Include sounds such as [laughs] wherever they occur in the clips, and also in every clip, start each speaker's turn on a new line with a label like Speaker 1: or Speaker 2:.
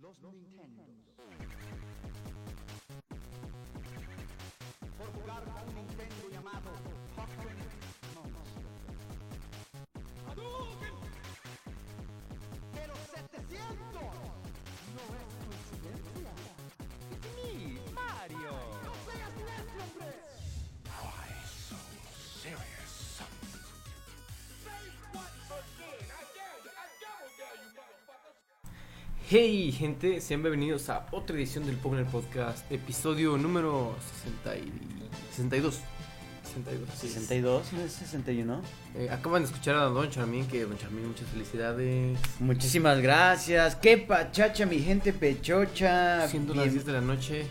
Speaker 1: los Nintendos. Por jugar con un Nintendo llamado Pokémon Monster. ¡Hadouken! ¡Pero 700! No es coincidencia.
Speaker 2: It's me, Mario.
Speaker 1: ¡No seas necio, hombre!
Speaker 3: Why so serious?
Speaker 4: Hey gente, sean bienvenidos a otra edición del Pogner Podcast, episodio número 60 y- 62. 62. así es.
Speaker 5: 62, ¿no es 61?
Speaker 4: Eh, acaban de escuchar a Don Charmin, que Don Charmin, muchas felicidades.
Speaker 5: Muchísimas gracias. ¡Qué pachacha, mi gente pechocha!
Speaker 4: Siendo las
Speaker 5: Ah, Bien-
Speaker 4: 10 de la noche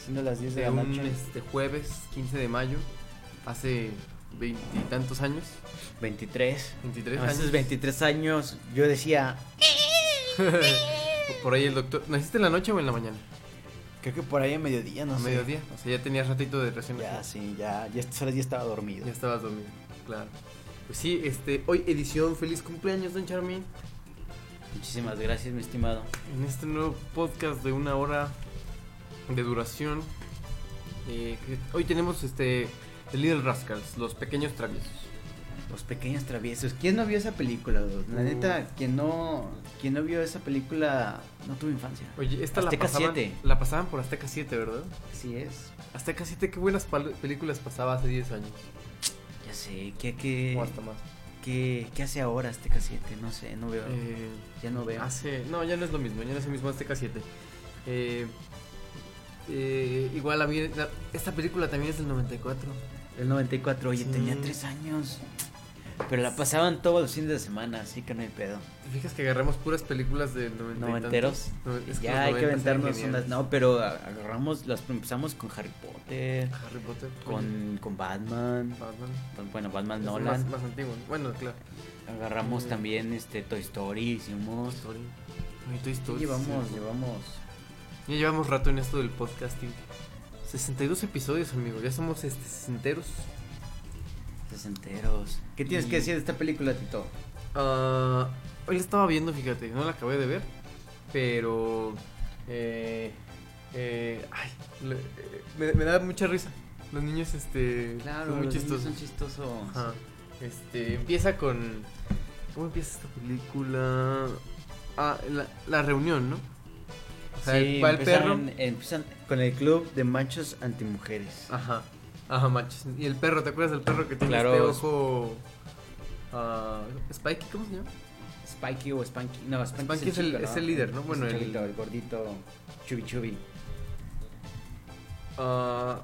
Speaker 5: siendo las 10 de
Speaker 4: de
Speaker 5: la
Speaker 4: un
Speaker 5: noche.
Speaker 4: este, jueves 15 de mayo, hace veintitantos años,
Speaker 5: 23.
Speaker 4: 23
Speaker 5: A
Speaker 4: años.
Speaker 5: esos 23 Ah, años yo decía,
Speaker 4: [laughs] Por ahí el doctor. ¿Naciste en la noche o en la mañana?
Speaker 5: creo que por ahí a mediodía, no
Speaker 4: a
Speaker 5: sé.
Speaker 4: mediodía. O sea, ya tenías ratito de recién.
Speaker 5: Ah, Ya,
Speaker 4: nacido.
Speaker 5: sí, ya, ya a estas horas ya estaba dormido.
Speaker 4: Ya estabas dormido, claro. Pues sí, este, hoy edición, feliz cumpleaños, Don Charmin.
Speaker 5: Muchísimas gracias, mi estimado.
Speaker 4: En este nuevo podcast de una hora de duración. eh, que- hoy tenemos este The Little Rascals, los pequeños traviesos.
Speaker 5: Los pequeños traviesos. ¿Quién no vio esa película? dude? La
Speaker 4: Uh.
Speaker 5: neta, quien no, quien no vio esa película no tuvo infancia.
Speaker 4: Oye, esta la
Speaker 5: Azteca
Speaker 4: pasaban,
Speaker 5: 7.
Speaker 4: la pasaban por Azteca 7, ¿verdad?
Speaker 5: Así es.
Speaker 4: Azteca 7, qué buenas pal- películas pasaba hace 10 años.
Speaker 5: Ya sé, ¿qué, qué,
Speaker 4: o hasta más.
Speaker 5: qué, qué hace ahora este casiete? No sé, no veo.
Speaker 4: Eh,
Speaker 5: ya no veo.
Speaker 4: hace. No, ya no es lo mismo, ya no es el mismo Azteca 7. Eh, eh, igual había- la- esta película también es del 94.
Speaker 5: El 94, oye,
Speaker 4: Sí.
Speaker 5: tenía tres años. Pero la pasaban todos los fines de semana, así que no hay pedo.
Speaker 4: ¿Te fijas que agarramos puras películas del 90 y
Speaker 5: Noventeros.
Speaker 4: tantos? No, es los
Speaker 5: ya hay que
Speaker 4: 90 eran
Speaker 5: aventarnos
Speaker 4: geniales.
Speaker 5: unas. No, pero a- agarramos, las empezamos con Harry Potter,
Speaker 4: Harry Potter. oye,
Speaker 5: con, con Batman.
Speaker 4: Batman.
Speaker 5: con- Bueno, Batman
Speaker 4: Es
Speaker 5: Nolan.
Speaker 4: Más, más antiguo. ¿no? Bueno, claro.
Speaker 5: Agarramos
Speaker 4: Mm.
Speaker 5: también este Toy Story, hicimos.
Speaker 4: Story. Ay, Toy
Speaker 5: ¿Qué
Speaker 4: Story,
Speaker 5: llevamos,
Speaker 4: sí.
Speaker 5: llevamos.
Speaker 4: Ya llevamos rato en esto del podcasting. 62 episodios, amigo. Ya somos este, sesenteros.
Speaker 5: Sesenteros. ¿Qué tienes
Speaker 4: Y-
Speaker 5: que decir de esta película, Tito?
Speaker 4: Ah, hoy la estaba viendo, fíjate. No la acabé de ver. Pero. eh, eh, ay, le- eh, me, me da mucha risa. Los niños, este. son muy
Speaker 5: los niños
Speaker 4: chistosos.
Speaker 5: son chistosos.
Speaker 4: Ajá. Este, empieza con. ¿Cómo empieza esta película? Ah, la, la reunión, ¿no? O sea,
Speaker 5: Sí,
Speaker 4: va el perro.
Speaker 5: empiezan, empiezan con el club de machos antimujeres.
Speaker 4: Ajá. Ajá, machos. Y el perro, ¿te acuerdas del perro que tiene
Speaker 5: Claro.
Speaker 4: este ojo. ah, Spikey, ¿cómo se llama?
Speaker 5: Spikey o Spanky. No, Spanky,
Speaker 4: Spanky es el-
Speaker 5: chico,
Speaker 4: es el líder, ¿no?
Speaker 5: Es
Speaker 4: Bueno,
Speaker 5: el,
Speaker 4: el-
Speaker 5: chavito, el gordito Chubby Chubby.
Speaker 4: Ah,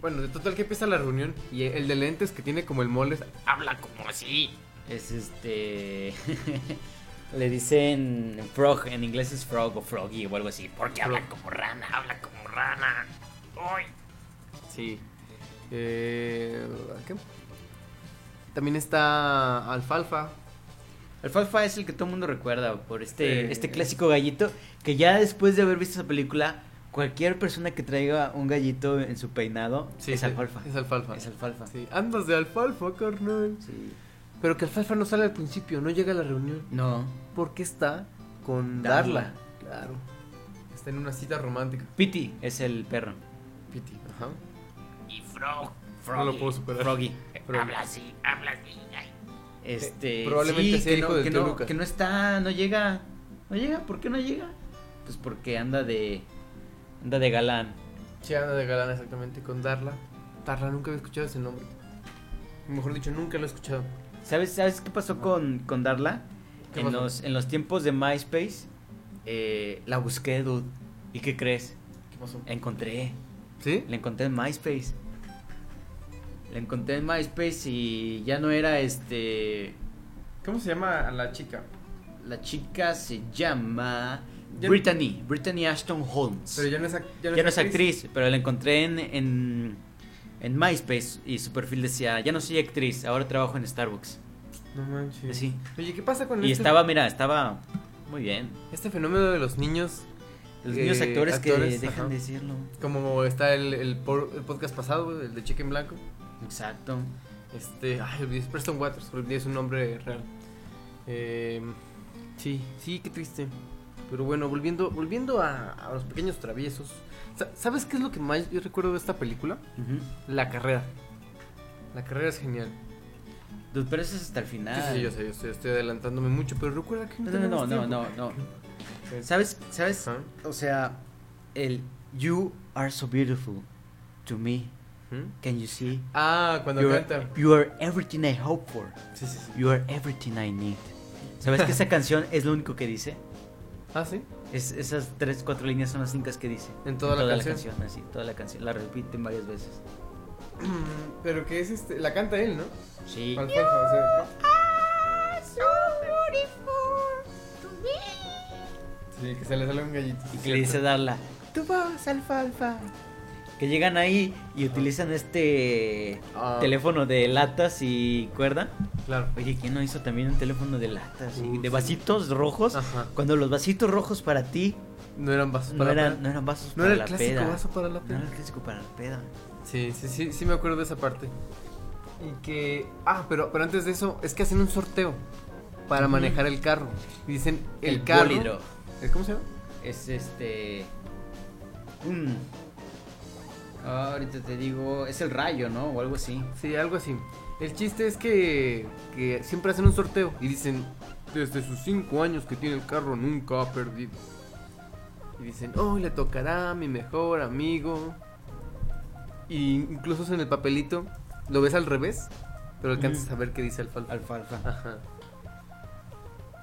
Speaker 4: bueno, de total que empieza la reunión. Y el de lentes que tiene como el mole. Habla como así.
Speaker 5: Es este. [laughs] Le dicen frog, en inglés es frog o froggy o algo así. Porque
Speaker 4: habla
Speaker 5: como rana, habla como rana.
Speaker 4: Sí. Eh, ¿qué? También está Alfalfa.
Speaker 5: Alfalfa es el que todo el mundo recuerda por este,
Speaker 4: Sí.
Speaker 5: este clásico gallito. Que ya después de haber visto esa película, cualquier persona que traiga un gallito en su peinado es
Speaker 4: sí,
Speaker 5: alfalfa.
Speaker 4: Es alfalfa.
Speaker 5: Es alfalfa.
Speaker 4: Sí, andas de alfalfa, carnal.
Speaker 5: Sí.
Speaker 4: Pero que alfalfa no sale al principio, no llega a la reunión.
Speaker 5: No.
Speaker 4: Porque está con Darla.
Speaker 5: Darla.
Speaker 4: Claro. Está en una cita romántica.
Speaker 5: Pity es el perro.
Speaker 4: Piti. Ajá.
Speaker 6: Y Frog,
Speaker 4: No lo puedo superar.
Speaker 5: Froggy.
Speaker 4: Pero-
Speaker 6: habla así, habla así. ay.
Speaker 5: Este,
Speaker 4: Eh, probablemente
Speaker 5: sí,
Speaker 4: sea
Speaker 5: que
Speaker 4: hijo
Speaker 5: no,
Speaker 4: del
Speaker 5: que,
Speaker 4: tío
Speaker 5: no,
Speaker 4: Lucas.
Speaker 5: que no está, no llega. No llega, ¿por qué no llega? Pues porque anda de anda de galán.
Speaker 4: Sí, anda de galán exactamente con Darla. Darla, nunca había escuchado ese nombre. Mejor dicho, nunca lo he escuchado.
Speaker 5: ¿Sabes sabes qué pasó con, con Darla?
Speaker 4: ¿Qué
Speaker 5: En
Speaker 4: pasó?
Speaker 5: los en los tiempos de MySpace eh, la busqué, dude. ¿Y qué crees?
Speaker 4: ¿Qué pasó?
Speaker 5: La encontré.
Speaker 4: ¿Sí?
Speaker 5: La encontré en MySpace. La encontré en MySpace y ya no era este
Speaker 4: ¿Cómo se llama a la chica?
Speaker 5: la chica se llama
Speaker 4: Ya-
Speaker 5: Brittany, Brittany Ashton Holmes.
Speaker 4: Pero ya no es, ac-
Speaker 5: ya no es actriz, pero la encontré en, en, en MySpace y su perfil decía, ya no soy actriz, ahora trabajo en Starbucks.
Speaker 4: No manches.
Speaker 5: Sí.
Speaker 4: Oye, ¿qué pasa con
Speaker 5: Y
Speaker 4: este,
Speaker 5: estaba, mira, estaba muy bien.
Speaker 4: este fenómeno de los niños?
Speaker 5: Los
Speaker 4: Eh,
Speaker 5: niños actores,
Speaker 4: actores,
Speaker 5: que dejan
Speaker 4: ajá.
Speaker 5: de decirlo.
Speaker 4: Como está el, el por- el podcast pasado, el de Chicken Blanco.
Speaker 5: Exacto.
Speaker 4: Este, ay, olvidé, es Preston Waters, olvidé su nombre real. Eh, sí, sí, Em, qué triste. Pero bueno, volviendo, volviendo a, a los pequeños traviesos. Sa- ¿Sabes qué es lo que más yo recuerdo de esta película?
Speaker 5: Ujú.
Speaker 4: La carrera. La carrera es genial.
Speaker 5: Dude, pero eso es hasta el
Speaker 4: Sí,
Speaker 5: final.
Speaker 4: sí, yo sé, yo estoy, estoy adelantándome mucho, pero recuerda que
Speaker 5: Ah. No, no,
Speaker 4: tenemos
Speaker 5: no, no,
Speaker 4: tiempo.
Speaker 5: no, no. ¿Sabes? ¿Sabes?
Speaker 4: Ajá.
Speaker 5: O sea, el You are so beautiful to me.
Speaker 4: ¿Mm?
Speaker 5: Can you see?
Speaker 4: Ah, cuando
Speaker 5: You are,
Speaker 4: canta.
Speaker 5: you are everything I hope for.
Speaker 4: Sí, sí, sí.
Speaker 5: You are everything I need. ¿Sabes
Speaker 4: [laughs]
Speaker 5: que esa canción es lo único que dice?
Speaker 4: Ah, sí.
Speaker 5: Es- esas tres, cuatro líneas son las únicas que dice.
Speaker 4: En toda la canción.
Speaker 5: así, toda la canción. La repiten varias veces.
Speaker 4: [clears throat] Pero que es este. La canta él, ¿no?
Speaker 5: Sí.
Speaker 4: Alfalfa, sí. Sí, que se le sale un gallito.
Speaker 5: Y
Speaker 4: sí,
Speaker 5: que le dice
Speaker 4: cierto.
Speaker 5: darla. Tu voz, alfalfa. Que llegan ahí y utilizan este
Speaker 4: Ah.
Speaker 5: teléfono de latas y cuerda.
Speaker 4: Claro.
Speaker 5: Oye, ¿quién no hizo también un teléfono de latas? y
Speaker 4: Uh, sí.
Speaker 5: de vasitos rojos.
Speaker 4: Ajá.
Speaker 5: Cuando los vasitos rojos para ti
Speaker 4: No eran vasos
Speaker 5: no
Speaker 4: para la
Speaker 5: eran,
Speaker 4: peda.
Speaker 5: no eran vasos
Speaker 4: No
Speaker 5: para
Speaker 4: era el
Speaker 5: la
Speaker 4: clásico
Speaker 5: peda.
Speaker 4: vaso para la
Speaker 5: No
Speaker 4: peda.
Speaker 5: era el clásico para la peda.
Speaker 4: Sí, sí, sí, sí me acuerdo de esa parte. Y que. Ah, pero, pero antes de eso, es que hacen un sorteo para
Speaker 5: Ujú.
Speaker 4: manejar el carro. Y dicen, el, carro.
Speaker 5: bólido
Speaker 4: ¿Eh, ¿Cómo se llama?
Speaker 5: es este. un- Ah, ahorita te digo, es el rayo, ¿no? O algo así.
Speaker 4: Sí, algo así. El chiste es que, que siempre hacen un sorteo y dicen, desde sus 5 años que tiene el carro nunca ha perdido. Y dicen, oh, le tocará a mi mejor amigo. Y incluso en el papelito lo ves al revés, pero alcanzas
Speaker 5: Ujú.
Speaker 4: a ver qué dice alfalfa.
Speaker 5: Alfalfa.
Speaker 4: Ajá.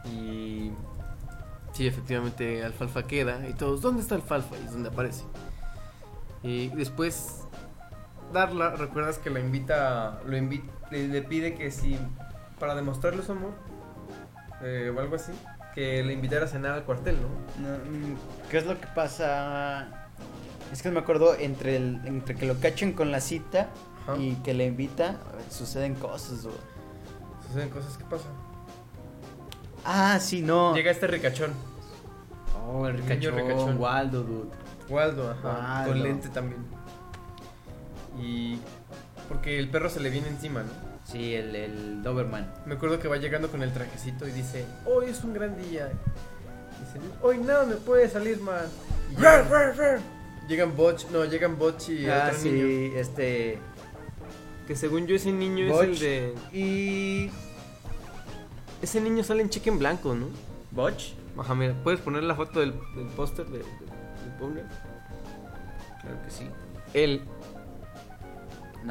Speaker 4: Y sí, efectivamente, Alfalfa queda. Y todos, ¿dónde está Alfalfa? Y es donde aparece. Y después, Darla, ¿recuerdas que la invita, lo invi- le, le pide que si, para demostrarle su amor, eh, o algo así, que le invitara a cenar al cuartel, ¿no?
Speaker 5: No, mm, ¿Qué es lo que pasa? Es que no me acuerdo, entre, el, entre que lo cachen con la cita
Speaker 4: Ajá.
Speaker 5: y que le invita, suceden cosas, güey.
Speaker 4: Suceden cosas que pasan.
Speaker 5: Ah, sí, no.
Speaker 4: Llega este ricachón,
Speaker 5: Oh, el
Speaker 4: Niño
Speaker 5: ricachón,
Speaker 4: ricachón.
Speaker 5: Waldo, dude.
Speaker 4: Waldo, ajá, con
Speaker 5: Waldo.
Speaker 4: lente también. Y porque el perro se le viene encima, ¿no?
Speaker 5: Sí, el, el Doberman.
Speaker 4: Me acuerdo que va llegando con el trajecito y dice, hoy es un gran día. Dice, hoy nada me puede salir mal. Y llegan, llegan Botch, no, llegan Botch y
Speaker 5: ah,
Speaker 4: otro
Speaker 5: sí,
Speaker 4: niño.
Speaker 5: este...
Speaker 4: Que según yo ese niño
Speaker 5: Butch.
Speaker 4: es el de...
Speaker 5: Y...
Speaker 4: Ese niño sale en cheque en blanco, ¿no?
Speaker 5: ¿Botch?
Speaker 4: Ajá, mira, ¿puedes poner la foto del, del póster de- de- del póster?
Speaker 5: Claro que sí.
Speaker 4: Él.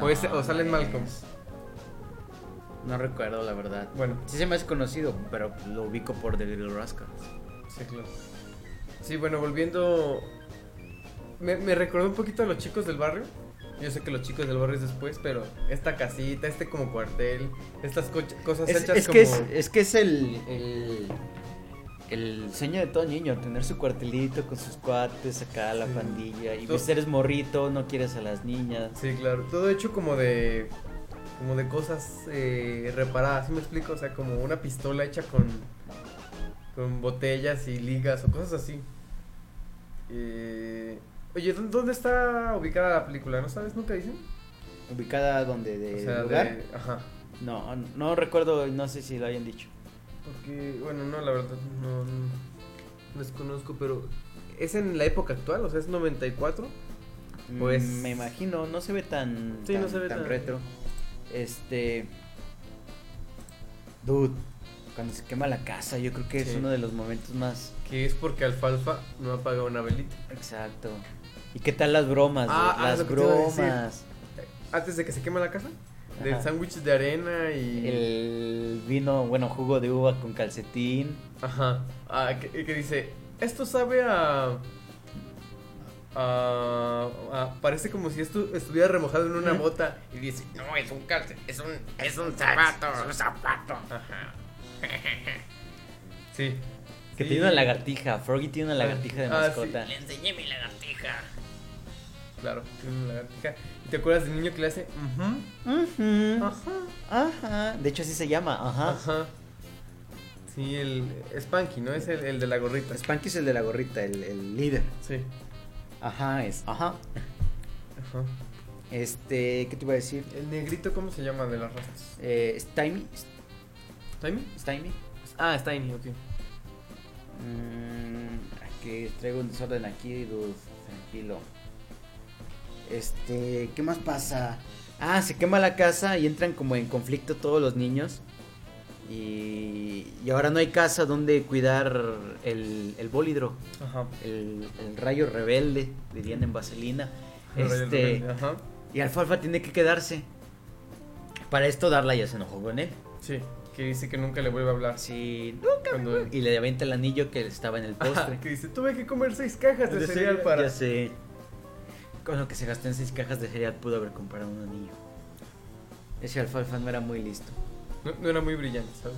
Speaker 4: o, ese- o sale en Malcolm.
Speaker 5: es. No recuerdo, la verdad.
Speaker 4: Bueno,
Speaker 5: Sí se me es conocido, pero lo ubico por The Little Rascals.
Speaker 4: sí, claro. Sí, bueno, volviendo... Me, me recordó un poquito a los chicos del barrio. Yo sé que los chicos del barrio es después, pero esta casita, este como cuartel, estas coch- cosas
Speaker 5: Es,
Speaker 4: hechas
Speaker 5: es
Speaker 4: como...
Speaker 5: que es, es que es el, el... el sueño de todo niño, tener su cuartelito con sus cuates, acá la
Speaker 4: Sí.
Speaker 5: pandilla. Y
Speaker 4: Tú-
Speaker 5: pues eres morrito, no quieres a las niñas.
Speaker 4: Sí, claro. Todo hecho como de. Como de cosas eh, reparadas, ¿sí me explico? O sea, como una pistola hecha con. Con botellas y ligas o cosas así. Eh, oye, ¿dó- ¿dónde está ubicada la película? ¿No sabes? ¿Nunca dicen?
Speaker 5: Ubicada donde de
Speaker 4: o sea,
Speaker 5: lugar.
Speaker 4: de- Ajá.
Speaker 5: No, no recuerdo, no sé si lo hayan dicho.
Speaker 4: Porque, bueno, no, la verdad, no, no desconozco, pero. ¿Es en la época actual? O sea, ¿es 94? Pues-
Speaker 5: Pues me imagino, no se ve tan
Speaker 4: Sí,
Speaker 5: tan,
Speaker 4: no se ve
Speaker 5: tan
Speaker 4: tan-
Speaker 5: retro. Este dude, cuando se quema la casa, yo creo que es
Speaker 4: Sí.
Speaker 5: uno de los momentos más
Speaker 4: Que es porque Alfalfa no apaga una velita.
Speaker 5: exacto. ¿Y qué tal las bromas?
Speaker 4: Ah,
Speaker 5: dude?
Speaker 4: ah,
Speaker 5: las
Speaker 4: lo que te iba a decir.
Speaker 5: bromas,
Speaker 4: Antes de que se queme la casa, del
Speaker 5: Ajá.
Speaker 4: sándwich de arena y.
Speaker 5: el vino, bueno, jugo de uva con calcetín.
Speaker 4: Ajá. Ah, que, que dice, esto sabe a... a- a- parece como si esto estuviera remojado en una
Speaker 5: ¿Eh?
Speaker 4: bota. Y dice,
Speaker 7: No, es un cárcel. Es un, es un
Speaker 8: zapato.
Speaker 7: zapato. Es un zapato.
Speaker 4: sí.
Speaker 5: Que
Speaker 4: Sí.
Speaker 5: tiene una lagartija, Froggy tiene una lagartija de
Speaker 4: ah, sí.
Speaker 5: mascota.
Speaker 7: Le enseñé mi lagartija.
Speaker 4: Claro, tiene una lagartija. ¿Y ¿Te acuerdas del niño que le hace? "Ujú,
Speaker 5: Ujú,
Speaker 4: Ajá.
Speaker 5: Ajá. De hecho así se llama, ajá.
Speaker 4: Ajá. Sí, el Spanky, ¿no? Es el, el de la gorrita.
Speaker 5: Spanky es el de la gorrita, el- el líder.
Speaker 4: Sí.
Speaker 5: Ajá, es, ajá.
Speaker 4: Ajá.
Speaker 5: Este, ¿qué te iba a decir?
Speaker 4: El negrito, ¿cómo se llama de las rastas?
Speaker 5: Eh, Stymie.
Speaker 4: ¿Timmy?
Speaker 5: Stymie.
Speaker 4: Ah, Stiny, ok.
Speaker 5: Mm, que traigo un desorden aquí, dude. Tranquilo. Este, ¿qué más pasa? Ah, se quema la casa y entran como en conflicto todos los niños. Y, y ahora no hay casa donde cuidar el, el bolidro,
Speaker 4: Ajá.
Speaker 5: el, el rayo rebelde, dirían en Vaselina. Este,
Speaker 4: Ajá.
Speaker 5: y Alfalfa tiene que quedarse. Para esto Darla ya se enojó con él.
Speaker 4: Sí, que dice que nunca le vuelve a hablar.
Speaker 5: Sí, nunca. me
Speaker 4: Cuando-
Speaker 5: acuerdo. Y le avienta el anillo que estaba en el postre.
Speaker 4: Ajá, que dice, tuve que comer seis cajas de, cereal,
Speaker 5: De cereal,
Speaker 4: para...
Speaker 5: Ya sé. Con lo que se gastó en seis cajas de cereal pudo haber comprado un anillo. Ese alfalfa no era muy listo.
Speaker 4: No, no era muy brillante, ¿sabes?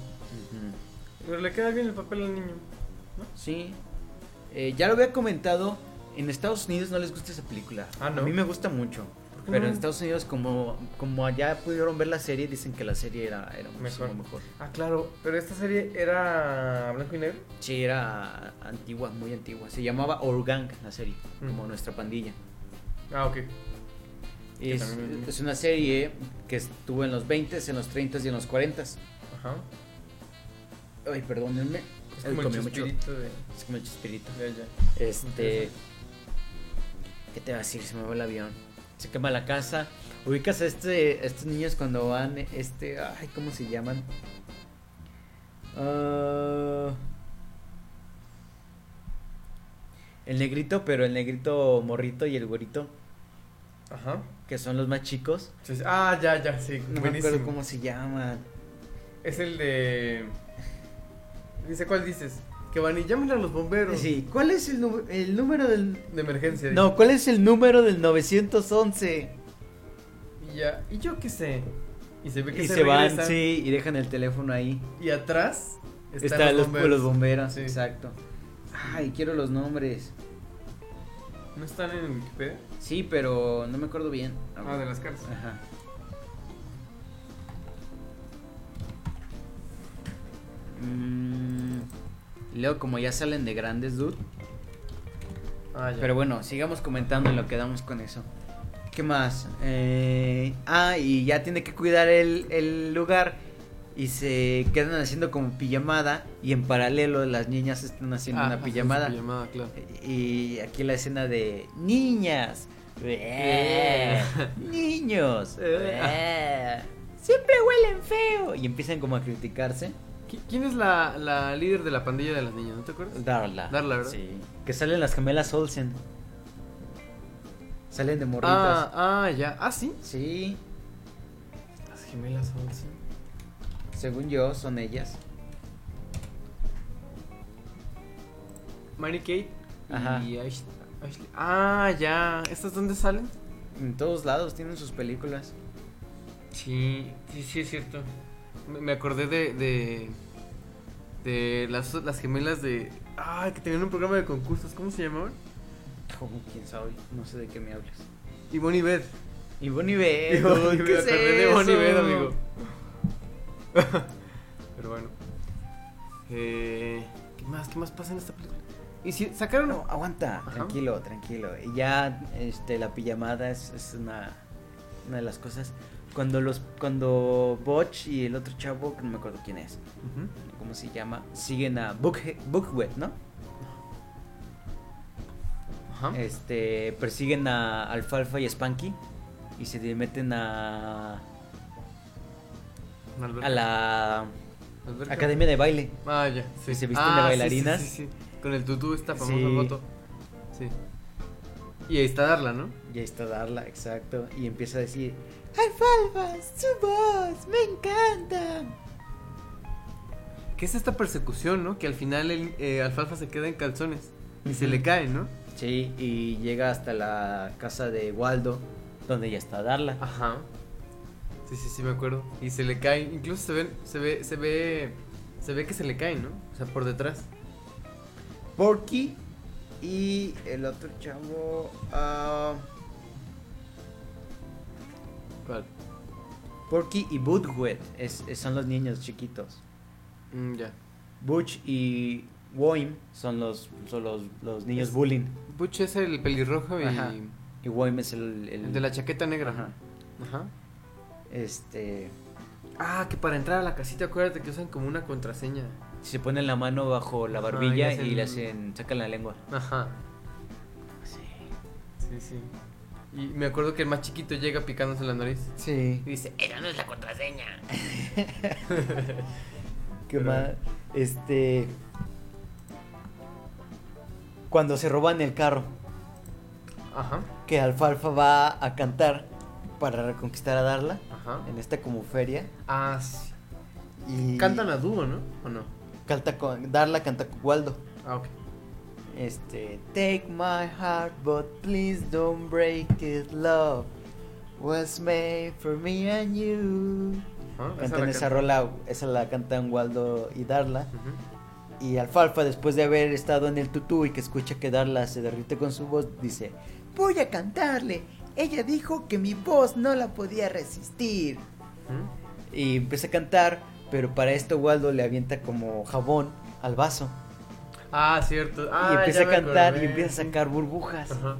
Speaker 4: Pero le queda bien el papel al niño.
Speaker 5: Sí. Eh, ya lo había comentado. En Estados Unidos no les gusta esa película.
Speaker 4: Ah, ¿no?
Speaker 5: A mí me gusta mucho.
Speaker 4: qué
Speaker 5: Pero
Speaker 4: no?
Speaker 5: en Estados Unidos, como, como allá pudieron ver la serie, dicen que la serie era, era muchísimo
Speaker 4: Mejor.
Speaker 5: mejor.
Speaker 4: Ah, claro. Pero esta serie era blanco y negro.
Speaker 5: Sí, era antigua, muy antigua. Se llamaba Organg la serie,
Speaker 4: Mm.
Speaker 5: como nuestra pandilla.
Speaker 4: Ah, ok. Que
Speaker 5: Es,
Speaker 4: también-
Speaker 5: es una serie que estuvo en los 20s, en los 30s y en los 40s.
Speaker 4: Ajá.
Speaker 5: Ay, perdónenme.
Speaker 4: Es
Speaker 5: Ay,
Speaker 4: como el
Speaker 5: comí mucho.
Speaker 4: chespirito de,
Speaker 5: Es como el chispirito.
Speaker 4: de allá.
Speaker 5: Este. ¿Qué te va a decir? Se me va el avión. Se quema la casa. Ubicas a este, a estos niños cuando van. Este. Ay, ¿cómo se llaman? Ah, el negrito, pero el negrito morrito y el güerito,
Speaker 4: Ajá.
Speaker 5: que son los más chicos.
Speaker 4: Sí, sí. Ah, ya, ya, sí.
Speaker 5: No me
Speaker 4: buenísimo.
Speaker 5: acuerdo cómo se llaman.
Speaker 4: Es el de... Dice, ¿cuál dices? Que van y llamen a los bomberos.
Speaker 5: Sí, ¿cuál es el, nu- el número del.
Speaker 4: De emergencia.
Speaker 5: No, ¿cuál es el número del 911?
Speaker 4: dice. Y ya. Y yo qué sé. Y se ve que
Speaker 5: Y
Speaker 4: se,
Speaker 5: se, van,
Speaker 4: regresan,
Speaker 5: sí, y dejan el teléfono ahí.
Speaker 4: Y atrás están
Speaker 5: Están los, los bomberos,
Speaker 4: Sí.
Speaker 5: exacto. Ay, quiero los nombres.
Speaker 4: ¿No están en Wikipedia?
Speaker 5: Sí, pero no me acuerdo bien. A
Speaker 4: Ah,
Speaker 5: ver.
Speaker 4: de las cartas.
Speaker 5: Ajá. Mm, Leo, como ya salen de grandes, dude.
Speaker 4: Ah, ya.
Speaker 5: Pero bueno, sigamos comentando en lo que damos con eso. ¿Qué más? Eh, ah, y ya tiene que cuidar el, el lugar. Y se quedan haciendo como pijamada. Y en paralelo las niñas están haciendo una pijamada.
Speaker 4: Ah, Pijamada, claro.
Speaker 5: Y aquí la escena de niñas. Eh,
Speaker 4: [laughs]
Speaker 5: Niños. eh, Siempre huelen feo. Y empiezan como a criticarse.
Speaker 4: ¿Qui- ¿Quién es la, la líder de la pandilla de las niñas? ¿No te acuerdas?
Speaker 5: Darla.
Speaker 4: Darla, ¿verdad?
Speaker 5: Sí. Que salen las gemelas Olsen. Salen de morritas.
Speaker 4: Ah, ah, ya. Ah, sí.
Speaker 5: Sí,
Speaker 4: Las gemelas Olsen.
Speaker 5: según yo son ellas.
Speaker 4: Mary Kate
Speaker 5: Ajá.
Speaker 4: y Ash- Ashley. Ah, ya. ¿Estas dónde salen?
Speaker 5: En todos lados tienen sus películas.
Speaker 4: Sí, sí, sí, es cierto. Me, me acordé de. de, de las, las gemelas de. Ah, que tenían un programa de concursos. ¿Cómo se llamaban?
Speaker 5: Como quién sabe, no sé de qué me hablas.
Speaker 4: Ivonne y Beth.
Speaker 5: Y Bonnie
Speaker 4: [laughs]
Speaker 5: Bear,
Speaker 4: Y Bon y
Speaker 5: Eh, ¿qué
Speaker 4: Beth,
Speaker 5: es
Speaker 4: acordé de Bon y
Speaker 5: eso?
Speaker 4: Beth, amigo. [laughs] Pero bueno. Eh, ¿Qué más? ¿Qué más pasa en esta película? Y si sacaron.
Speaker 5: No, aguanta,
Speaker 4: Ajá.
Speaker 5: tranquilo, tranquilo. Y Ya este, la pijamada es, es una, una de las cosas. Cuando los cuando Botch y el otro chavo, que no me acuerdo quién es,
Speaker 4: Ujú.
Speaker 5: cómo se llama, siguen a Book- Bookwet, ¿no?
Speaker 4: Ajá.
Speaker 5: Este, persiguen a Alfalfa y Spanky y se de- meten a
Speaker 4: Una alberca.
Speaker 5: a la
Speaker 4: Alberca.
Speaker 5: academia de baile.
Speaker 4: Ah, ya. Sí.
Speaker 5: Y se visten
Speaker 4: Ah,
Speaker 5: de
Speaker 4: sí,
Speaker 5: bailarinas.
Speaker 4: Sí, sí, sí. Con el tutú, esta famosa
Speaker 5: Sí.
Speaker 4: foto. Sí. Y ahí está Darla, ¿no?
Speaker 5: Y ahí está Darla, exacto, y empieza a decir, Alfalfa, su voz, me encanta.
Speaker 4: ¿Qué es esta persecución, no? Que al final el eh, Alfalfa se queda en calzones y se
Speaker 5: Ujú.
Speaker 4: le cae, ¿no?
Speaker 5: Sí, y llega hasta la casa de Waldo, donde ya está Darla.
Speaker 4: Ajá. Sí, sí, sí, me acuerdo. Y se le cae, incluso se ven, se ve, se ve, se ve que se le cae, ¿no? O sea, por detrás.
Speaker 5: Porky y el otro chavo. ah,
Speaker 4: Vale.
Speaker 5: Porky y Budwet es- es- son los niños chiquitos.
Speaker 4: Mm, ya.
Speaker 5: Butch y Woim son los, son los, los niños bullying.
Speaker 4: Butch es el pelirrojo y
Speaker 5: Ajá.
Speaker 4: el,
Speaker 5: Y Woim es el, el-
Speaker 4: de la chaqueta negra.
Speaker 5: Ajá.
Speaker 4: Ajá.
Speaker 5: Este.
Speaker 4: Ah, que para entrar a la casita, acuérdate que usan como una contraseña.
Speaker 5: Se ponen la mano bajo la
Speaker 4: Ajá,
Speaker 5: barbilla
Speaker 4: y le hacen-
Speaker 5: y le hacen. sacan la lengua.
Speaker 4: Ajá. Sí, sí. Y me acuerdo que el más chiquito llega picándose la nariz.
Speaker 5: Sí.
Speaker 4: Y dice,
Speaker 1: Esa no es la contraseña.
Speaker 5: ¿Qué
Speaker 4: Pero-
Speaker 5: más? Este. Cuando se roban el carro,
Speaker 4: ajá,
Speaker 5: que Alfalfa va a cantar para reconquistar a Darla
Speaker 4: ajá.
Speaker 5: en esta como feria.
Speaker 4: Ah, sí.
Speaker 5: Y
Speaker 4: Cantan a dúo, ¿no? ¿O no?
Speaker 5: canta con, Darla canta con Waldo.
Speaker 4: Ah, ok.
Speaker 5: Este. Take my heart, but please don't break it, love. Was made for me and you.
Speaker 4: Ajá, Ah, esa
Speaker 5: Cantan
Speaker 4: la
Speaker 5: esa
Speaker 4: canta.
Speaker 5: rola, esa la cantan Waldo y Darla.
Speaker 4: Ujú.
Speaker 5: Y Alfalfa, después de haber estado en el tutú y que escucha que Darla se derrite con su voz, dice: Voy a cantarle. Ella dijo que mi voz no la podía resistir.
Speaker 4: Ujú.
Speaker 5: Y empieza a cantar, pero para esto Waldo le avienta como jabón al vaso.
Speaker 4: Ah, cierto. Ah,
Speaker 5: y empieza
Speaker 4: ya
Speaker 5: a
Speaker 4: me
Speaker 5: cantar
Speaker 4: acordé.
Speaker 5: y empieza a sacar burbujas.
Speaker 4: Ajá.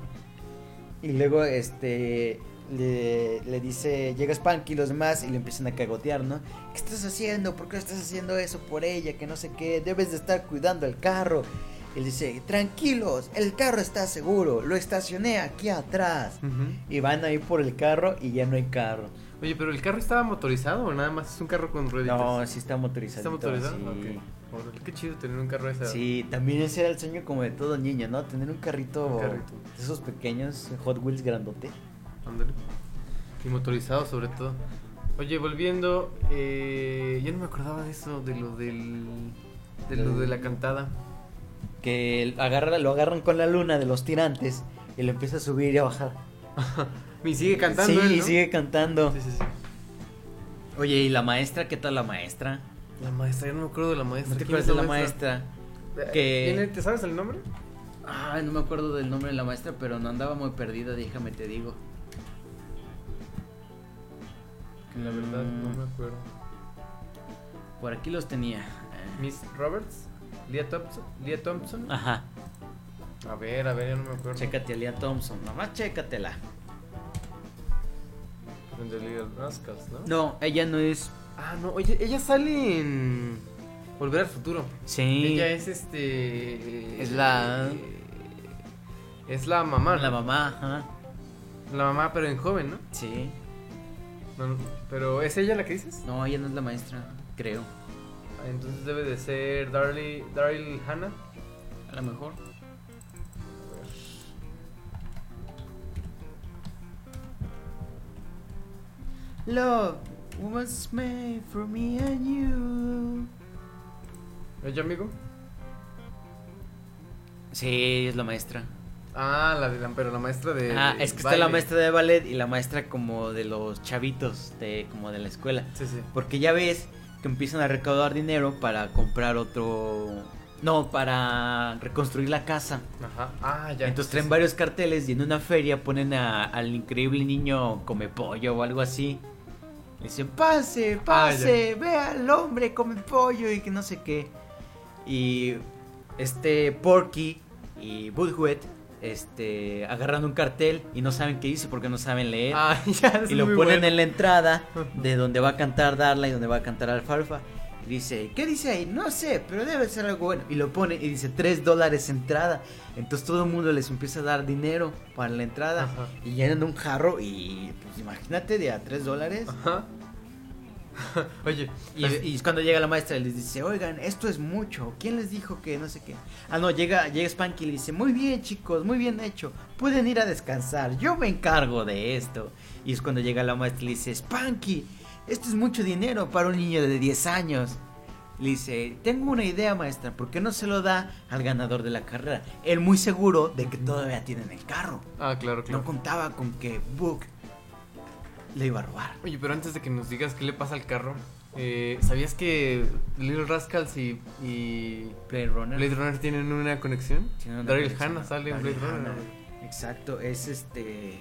Speaker 5: Y luego este le, le dice, llega Spanky y los demás y le empiezan a cagotear, ¿no? ¿Qué estás haciendo? ¿Por qué estás haciendo eso por ella? Que no sé qué, debes de estar cuidando el carro. Y él dice, tranquilos, el carro está seguro, lo estacioné aquí atrás.
Speaker 4: Ujú.
Speaker 5: Y van ahí por el carro y ya no hay carro.
Speaker 4: Oye, pero el carro estaba motorizado o nada más es un carro con rueditas.
Speaker 5: No, sí está motorizado.
Speaker 4: está motorizado.
Speaker 5: Sí.
Speaker 4: Ok. Órale, Qué chido tener un carro de esa.
Speaker 5: Sí, también ese era el sueño como de todo niño, ¿no? Tener un carrito,
Speaker 4: Un carrito.
Speaker 5: de esos pequeños Hot Wheels grandote.
Speaker 4: Ándale. Y motorizado sobre todo. Oye, volviendo, eh, ya no me acordaba de eso, de lo del, de lo de la cantada.
Speaker 5: que el- agarra, lo agarran con la luna de los tirantes y lo empieza a subir y a bajar.
Speaker 4: Y sigue cantando.
Speaker 5: sí,
Speaker 4: él, ¿no?
Speaker 5: sigue cantando.
Speaker 4: Sí, sí, sí.
Speaker 5: Oye, ¿y la maestra? ¿Qué tal la maestra?
Speaker 4: La maestra, ya no me acuerdo de la maestra.
Speaker 5: ¿No te
Speaker 4: ¿Quién
Speaker 5: acuerdas
Speaker 4: es
Speaker 5: de la maestra?
Speaker 4: Eh,
Speaker 5: Que-
Speaker 4: ¿tiene- ¿Te sabes el nombre?
Speaker 5: Ay, no me acuerdo del nombre de la maestra, pero no andaba muy perdida, déjame te digo.
Speaker 4: La verdad, no me acuerdo.
Speaker 5: Por aquí los tenía.
Speaker 4: Miss Roberts, Lia Thompson. Lia Thompson.
Speaker 5: Ajá.
Speaker 4: A ver, a ver, ya no me acuerdo.
Speaker 5: Chécate a Lia Thompson, nomás chécatela.
Speaker 4: De Little Rascals, ¿no?
Speaker 5: No, ella no es.
Speaker 4: Ah, no, oye, ella sale en Volver al Futuro.
Speaker 5: Sí.
Speaker 4: Ella es este.
Speaker 5: Es la-
Speaker 4: eh, Es la mamá.
Speaker 5: la
Speaker 4: ¿no?
Speaker 5: mamá, ajá.
Speaker 4: La mamá, pero en joven, ¿no?
Speaker 5: Sí.
Speaker 4: No, no, Pero ¿es ella la que dices?
Speaker 5: No, ella no es la maestra, creo.
Speaker 4: Ah, Entonces debe de ser Darly, Daryl Hannah.
Speaker 5: A lo mejor. Love was made for me and you.
Speaker 4: ¿Oye, amigo?
Speaker 5: Sí, es la maestra.
Speaker 4: Ah, la de la, pero la maestra de.
Speaker 5: ah,
Speaker 4: de
Speaker 5: es que está la
Speaker 4: baile.
Speaker 5: maestra de ballet y la maestra como de los chavitos, de como de la escuela.
Speaker 4: Sí, sí.
Speaker 5: Porque ya ves que empiezan a recaudar dinero para comprar otro... No, para reconstruir la casa.
Speaker 4: Ajá. Ah, ya.
Speaker 5: Entonces traen varios carteles y en una feria ponen a- al increíble niño come pollo o algo así. Le dicen,
Speaker 4: Ah,
Speaker 5: pase, pase, ve al hombre come pollo y que no sé qué. Y este Porky y Budhuet este, agarran un cartel y no saben qué dice porque no saben leer.
Speaker 4: Ah, [laughs] ya. es
Speaker 5: y lo
Speaker 4: muy
Speaker 5: ponen
Speaker 4: bueno.
Speaker 5: en la entrada de donde va a cantar Darla y donde va a cantar Alfalfa. Y dice, ¿qué dice ahí? No sé, pero debe ser algo bueno. Y lo pone y dice 3 dólares entrada. Entonces todo el mundo les empieza a dar dinero para la entrada.
Speaker 4: Ajá.
Speaker 5: Y llenan un jarro y pues imagínate de a 3 dólares.
Speaker 4: Ajá. [laughs] Oye,
Speaker 5: Y,
Speaker 4: también-
Speaker 5: y es cuando llega la maestra y les dice, oigan, esto es mucho. ¿Quién les dijo que no sé qué? Ah, no, llega, llega Spanky y le dice, muy bien chicos, muy bien hecho. Pueden ir a descansar, yo me encargo de esto. Y es cuando llega la maestra y le dice, Spanky, esto es mucho dinero para un niño de 10 años. Le dice, tengo una idea maestra, ¿por qué no se lo da al ganador de la carrera? Él muy seguro de que todavía tienen el carro.
Speaker 4: Ah, claro, claro.
Speaker 5: No contaba con que Book le iba a robar.
Speaker 4: Oye, pero antes de que nos digas qué le pasa al carro, eh, ¿sabías que Little Rascals y, y
Speaker 5: Blade Runner.
Speaker 4: Blade Runner tienen una conexión?
Speaker 5: Tiene una
Speaker 4: Daryl
Speaker 5: conexión.
Speaker 4: Hannah sale en
Speaker 5: Daryl
Speaker 4: Blade Runner.
Speaker 5: Hannah. Exacto, es este.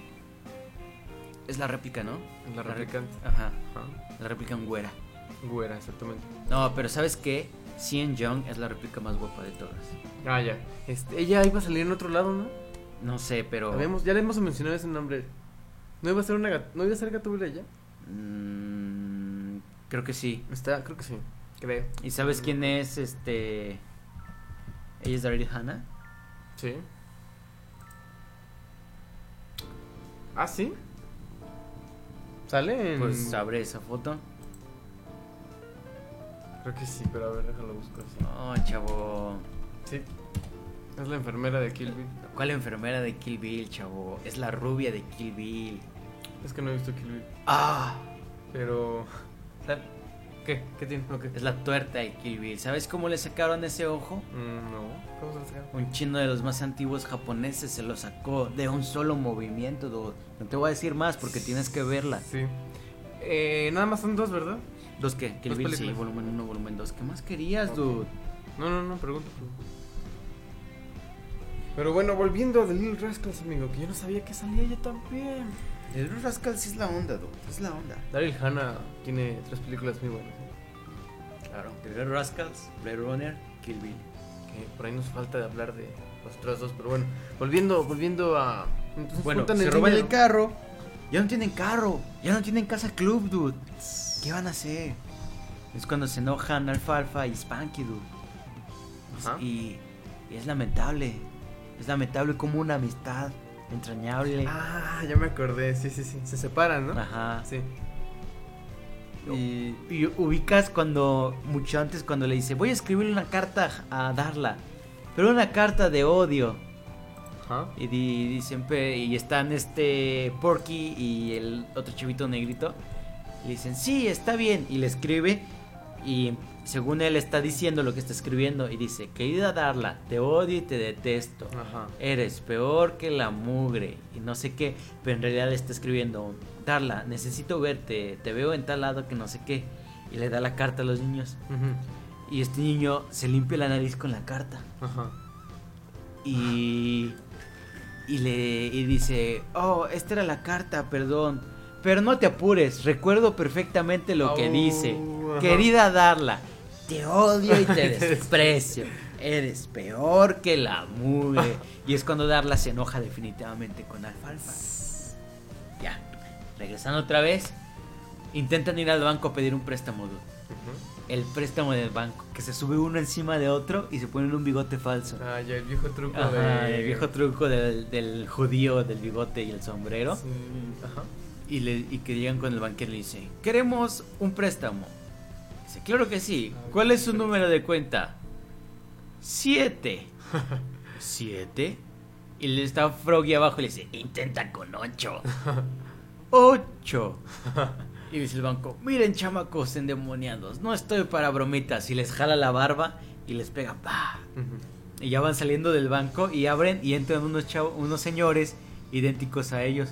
Speaker 5: Es la réplica, ¿no?
Speaker 4: En la replicante.
Speaker 5: Ajá,
Speaker 4: Ajá.
Speaker 5: la réplica en güera.
Speaker 4: Güera, exactamente.
Speaker 5: No, pero ¿sabes qué? Cien Young es la réplica más guapa de todas.
Speaker 4: Ah, ya. Este, ella iba a salir en otro lado, ¿no?
Speaker 5: No sé, pero.
Speaker 4: Habíamos- ya le hemos mencionado ese nombre. ¿No iba a ser una gat- ¿No iba a ser Gatúbela ya?
Speaker 5: Mm, Creo que sí.
Speaker 4: Está, creo que sí. Creo.
Speaker 5: ¿Y sabes quién es este? Ella es Daryl Hannah.
Speaker 4: Sí. Ah, sí. Sale en.
Speaker 5: Pues abre esa foto.
Speaker 4: Creo que sí, pero a ver, déjalo buscar. Sí.
Speaker 5: Oh, chavo.
Speaker 4: Sí. Es la enfermera de Kill Bill.
Speaker 5: ¿Cuál enfermera de Kill Bill, chavo? Es la rubia de Kill Bill.
Speaker 4: Es que no he visto Kill Bill.
Speaker 5: Ah,
Speaker 4: [laughs] Pero. sal- ¿Qué? ¿Qué tiene? No, ¿qué?
Speaker 5: es la tuerta de Kill Bill. ¿Sabes cómo le sacaron ese ojo?
Speaker 4: Mm, no. ¿Cómo se la sacaron?
Speaker 5: Un chino de los más antiguos japoneses se lo sacó de un solo movimiento, dude. No te voy a decir más porque tienes que verla.
Speaker 4: Sí. Eh, nada más son dos, ¿verdad?
Speaker 5: ¿Dos qué? Kill
Speaker 4: Dos
Speaker 5: Bill, sí,
Speaker 4: películas.
Speaker 5: volumen 1, volumen 2. ¿Qué más querías,
Speaker 4: Ok.
Speaker 5: dude?
Speaker 4: No, no, no, pregunto. pregunto. Pero bueno, volviendo a The Little Rascals, amigo, que yo no sabía que salía ella también.
Speaker 5: El Blue Rascal sí es la onda, dude. Es la onda.
Speaker 4: Daryl Hannah tiene tres películas muy buenas. ¿eh?
Speaker 5: Claro. The Blue Rascals, Blade Runner, Kill Bill.
Speaker 4: Que por ahí nos falta de hablar de las otras dos, pero bueno. Volviendo, volviendo a. Entonces
Speaker 5: Bueno,
Speaker 4: juntan
Speaker 5: se roban el
Speaker 4: dinero.
Speaker 5: carro. Ya no tienen carro. Ya no tienen casa club, dude. ¿Qué van a hacer? Es cuando se enojan Alfalfa y Spanky, dude.
Speaker 4: Ajá.
Speaker 5: Y, y es lamentable. Es lamentable como una amistad entrañable.
Speaker 4: Ah, ya me acordé, sí, sí, sí. Se separan, ¿no?
Speaker 5: Ajá.
Speaker 4: Sí.
Speaker 5: Y, y ubicas cuando, mucho antes, cuando le dice, voy a escribirle una carta a Darla. Pero una carta de odio.
Speaker 4: Ajá.
Speaker 5: Y di- dicen, pe- y están este Porky y el otro chivito negrito. Le dicen, sí, está bien. Y le escribe. Y según él está diciendo lo que está escribiendo. Y dice, querida Darla, te odio y te detesto.
Speaker 4: Ajá.
Speaker 5: Eres peor que la mugre. Y no sé qué. Pero en realidad le está escribiendo, Darla, necesito verte. Te veo en tal lado que no sé qué. Y le da la carta a los niños.
Speaker 4: Ujú.
Speaker 5: Y este niño se limpia la nariz con la carta.
Speaker 4: Ajá.
Speaker 5: Y, y le y dice, oh, esta era la carta, perdón. Pero no te apures, recuerdo perfectamente lo que
Speaker 4: Au,
Speaker 5: dice.
Speaker 4: ajá.
Speaker 5: Querida Darla, te odio y te
Speaker 4: [laughs]
Speaker 5: desprecio. Eres peor que la mugre. Y es cuando Darla se enoja definitivamente con Alfalfa. Ya, regresando otra vez, intentan ir al banco a pedir un préstamo. dude.
Speaker 4: Ujú.
Speaker 5: El préstamo del banco, que se sube uno encima de otro y se ponen un bigote falso.
Speaker 4: Ah, ya el viejo truco
Speaker 5: Ajá,
Speaker 4: de.
Speaker 5: el viejo truco del, del judío, del bigote y el sombrero.
Speaker 4: Sí, Ajá.
Speaker 5: Y, le, y que llegan con el banquero y le dicen, queremos un préstamo. Dice, claro que sí.
Speaker 4: Ay,
Speaker 5: ¿Cuál es
Speaker 4: qué
Speaker 5: su
Speaker 4: feliz.
Speaker 5: número de cuenta? Siete. Siete. Y le está Froggy abajo y le dice, intenta con ocho. Ocho. Y dice el banco, miren chamacos endemoniados, no estoy para bromitas. Y les jala la barba y les pega, pa.
Speaker 4: Ujú.
Speaker 5: Y ya van saliendo del banco y abren y entran unos chavos, unos señores idénticos a ellos.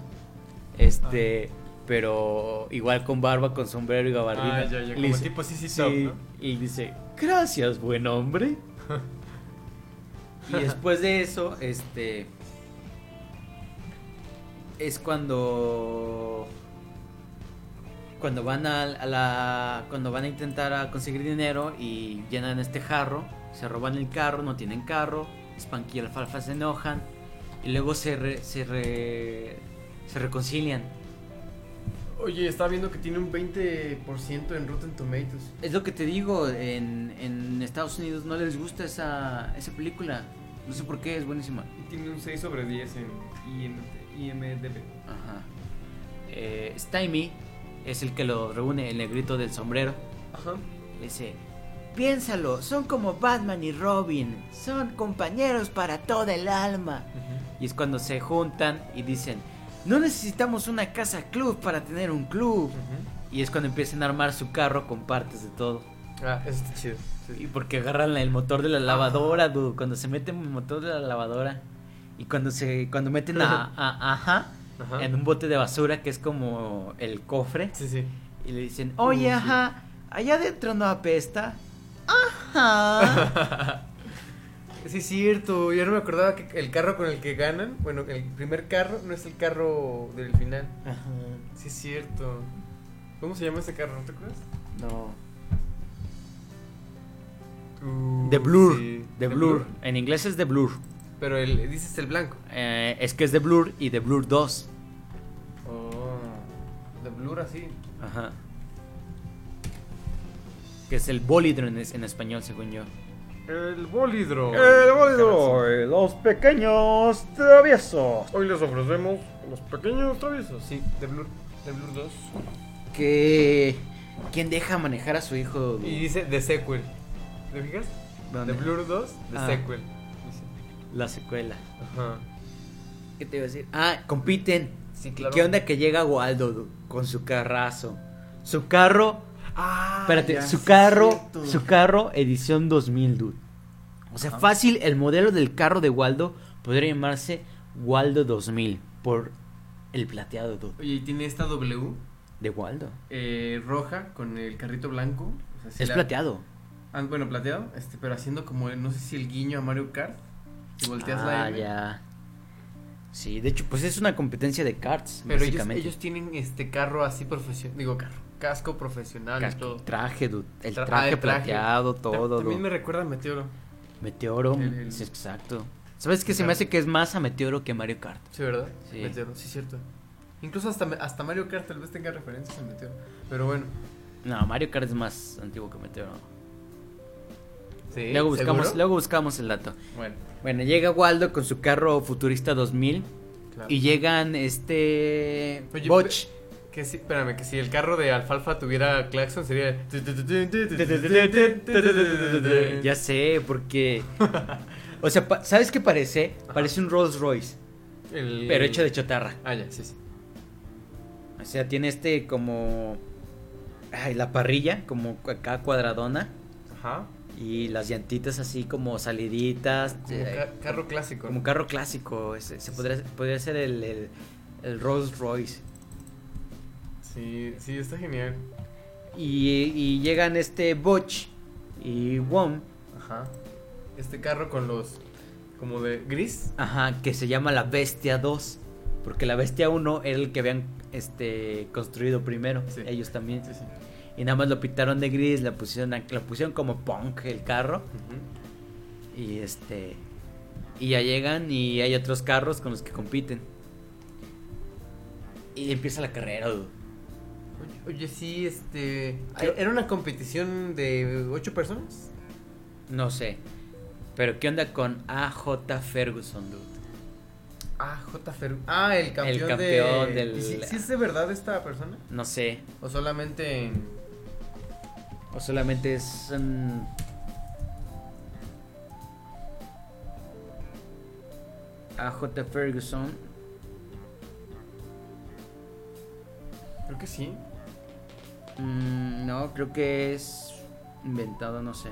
Speaker 5: Este, pero igual con barba, con sombrero y gabardina.
Speaker 4: Ah, ya, ya,
Speaker 5: Y
Speaker 4: como
Speaker 5: dice-
Speaker 4: tipo CC
Speaker 5: sí,
Speaker 4: Top, ¿no?
Speaker 5: y dice, "Gracias, buen [laughs] hombre." y después de eso, este es cuando cuando van a, a la cuando van a intentar a conseguir dinero y llenan este jarro se roban el carro no tienen carro Spanky y Alfalfa se enojan y luego se re- se re- se reconcilian
Speaker 4: Oye, estaba viendo que tiene un 20% en Rotten Tomatoes.
Speaker 5: es lo que te digo en, en Estados Unidos no les gusta esa esa película no sé por qué es buenísima
Speaker 9: Y tiene un 6 sobre 10 en IM- IMDB.
Speaker 5: Ajá. Eh, Stymie es el que lo reúne el negrito del sombrero
Speaker 4: Ajá.
Speaker 5: Le Dice, piénsalo, son como Batman y Robin, son compañeros para toda el alma. Y es cuando se juntan y dicen, no necesitamos una casa club para tener un club. Y es cuando empiezan a armar su carro con partes de todo.
Speaker 4: Ah, eso está chido. Sí.
Speaker 5: Y porque agarran la- el motor de la lavadora, dude, cuando se meten el motor de la lavadora. Y cuando se cuando meten a, a- ajá,
Speaker 4: Ajá.
Speaker 5: en un bote de basura que es como el cofre.
Speaker 4: Ah. Sí, sí.
Speaker 5: Y le dicen, oye,
Speaker 4: sí.
Speaker 5: ajá, allá adentro no apesta. Ajá.
Speaker 4: Ah. [laughs] Sí, es cierto. Yo no me acordaba que el carro con el que ganan, bueno, el primer carro no es el carro del final. Sí, es cierto. ¿Cómo se llama ese carro? ¿No te acuerdas?
Speaker 5: No.
Speaker 4: Uh,
Speaker 5: The Blur.
Speaker 4: sí.
Speaker 5: The Blur. En inglés es The Blur.
Speaker 4: Pero el, dices el blanco.
Speaker 5: Eh, es que es The Blur y The Blur 2.
Speaker 4: Oh. The Blur así.
Speaker 5: Ajá. Que es el bolidro en, es- en español, según yo.
Speaker 10: El bolidro.
Speaker 7: los pequeños traviesos.
Speaker 10: Hoy les ofrecemos los pequeños traviesos. Sí, de Blur. De Blur 2.
Speaker 1: Que. ¿Quién deja manejar a su hijo?
Speaker 10: Y dice The Sequel. ¿Te fijas?
Speaker 1: ¿Dónde?
Speaker 10: De Blur 2, The
Speaker 5: Ah.
Speaker 10: Sequel. Dice.
Speaker 5: La secuela.
Speaker 10: Ajá.
Speaker 1: ¿Qué te iba a decir? Ah, compiten.
Speaker 10: Sí, claro.
Speaker 1: ¿Qué onda que llega Waldo du- con su carrazo? Su carro.
Speaker 10: Ah,
Speaker 5: Espérate,
Speaker 10: ya,
Speaker 5: su
Speaker 10: sí,
Speaker 5: carro,
Speaker 10: cierto.
Speaker 5: su carro edición 2000, dude. O sea, fácil, el modelo del carro de Waldo podría llamarse Waldo 2000 por el plateado, dude,
Speaker 4: Oye, y tiene esta W
Speaker 5: de Waldo.
Speaker 4: eh, roja con el carrito blanco. O sea, sí
Speaker 5: Es
Speaker 4: la-
Speaker 5: plateado.
Speaker 4: Ah, bueno, plateado, este, pero haciendo como, no sé si el guiño a Mario Kart. Y volteas la
Speaker 5: Ah,
Speaker 4: M.
Speaker 5: ya. Sí, de hecho, pues es una competencia de karts,
Speaker 4: Pero ellos,
Speaker 5: básicamente.
Speaker 4: ellos tienen este carro así profesional, digo carro, casco profesional
Speaker 5: Cas-
Speaker 4: y todo.
Speaker 5: Traje, dude, el
Speaker 4: Tra- ah,
Speaker 5: traje,
Speaker 4: el traje.
Speaker 5: plateado, todo,
Speaker 4: También me
Speaker 5: dude.
Speaker 4: recuerda a Meteoro.
Speaker 5: Meteoro,
Speaker 4: El- el-
Speaker 5: sí, exacto. ¿Sabes qué? Se me hace que es más a Meteoro que a Mario Kart.
Speaker 4: Sí, ¿verdad?
Speaker 5: Sí.
Speaker 4: Meteoro, sí, cierto. Incluso hasta, hasta Mario Kart tal vez tenga referencias a Meteoro. Pero bueno.
Speaker 5: No, Mario Kart es más antiguo que Meteoro.
Speaker 4: Sí,
Speaker 5: Luego buscamos,
Speaker 4: ¿seguro?
Speaker 5: luego buscamos el dato.
Speaker 4: Bueno,
Speaker 1: Bueno, llega Waldo con su carro futurista 2000
Speaker 4: claro.
Speaker 5: Y llegan este.
Speaker 4: Oye,
Speaker 5: Botch.
Speaker 4: Que sí, espérame, que si el carro de Alfalfa tuviera claxon sería...
Speaker 5: Ya sé, porque. O sea, pa- ¿sabes qué parece? Parece un Rolls Royce,
Speaker 4: El-
Speaker 5: pero hecho de chatarra.
Speaker 4: Ah, ya, sí, sí.
Speaker 5: O sea, tiene este como. Ay, la parrilla, como acá cuadradona.
Speaker 4: Ajá.
Speaker 5: Y las llantitas así como saliditas.
Speaker 4: Como
Speaker 5: eh,
Speaker 4: ca- carro clásico.
Speaker 5: como
Speaker 4: ¿no?
Speaker 5: carro clásico. ese- se podría, podría ser el, el- el Rolls Royce.
Speaker 4: Sí, sí, está genial.
Speaker 5: Y, y llegan este Botch y Wom.
Speaker 4: Ajá. Este carro con los... Como de gris.
Speaker 5: Ajá, que se llama la Bestia 2. Porque la Bestia 1 era el que habían este, construido primero.
Speaker 4: Sí.
Speaker 5: Ellos también.
Speaker 4: Sí, sí.
Speaker 5: Y nada más lo pintaron de gris, la pusieron, a- la pusieron como punk el carro.
Speaker 4: Ujú.
Speaker 5: Y este. Y ya llegan y hay otros carros con los que compiten. Y empieza la carrera, dude.
Speaker 4: Oye, Oye, sí, este... ¿Era una competición de ocho personas?
Speaker 5: No sé. Pero ¿qué onda con AJ Ferguson, dude?
Speaker 4: Ah, J. Fer... Ah, el campeón,
Speaker 5: El campeón
Speaker 4: de...
Speaker 5: del-
Speaker 4: ¿Y si, si es de verdad esta persona?
Speaker 5: No sé.
Speaker 4: ¿O solamente en...
Speaker 5: O solamente es. mm, AJ Ferguson.
Speaker 4: Creo que sí.
Speaker 5: Mm, no, creo que es inventado, no sé.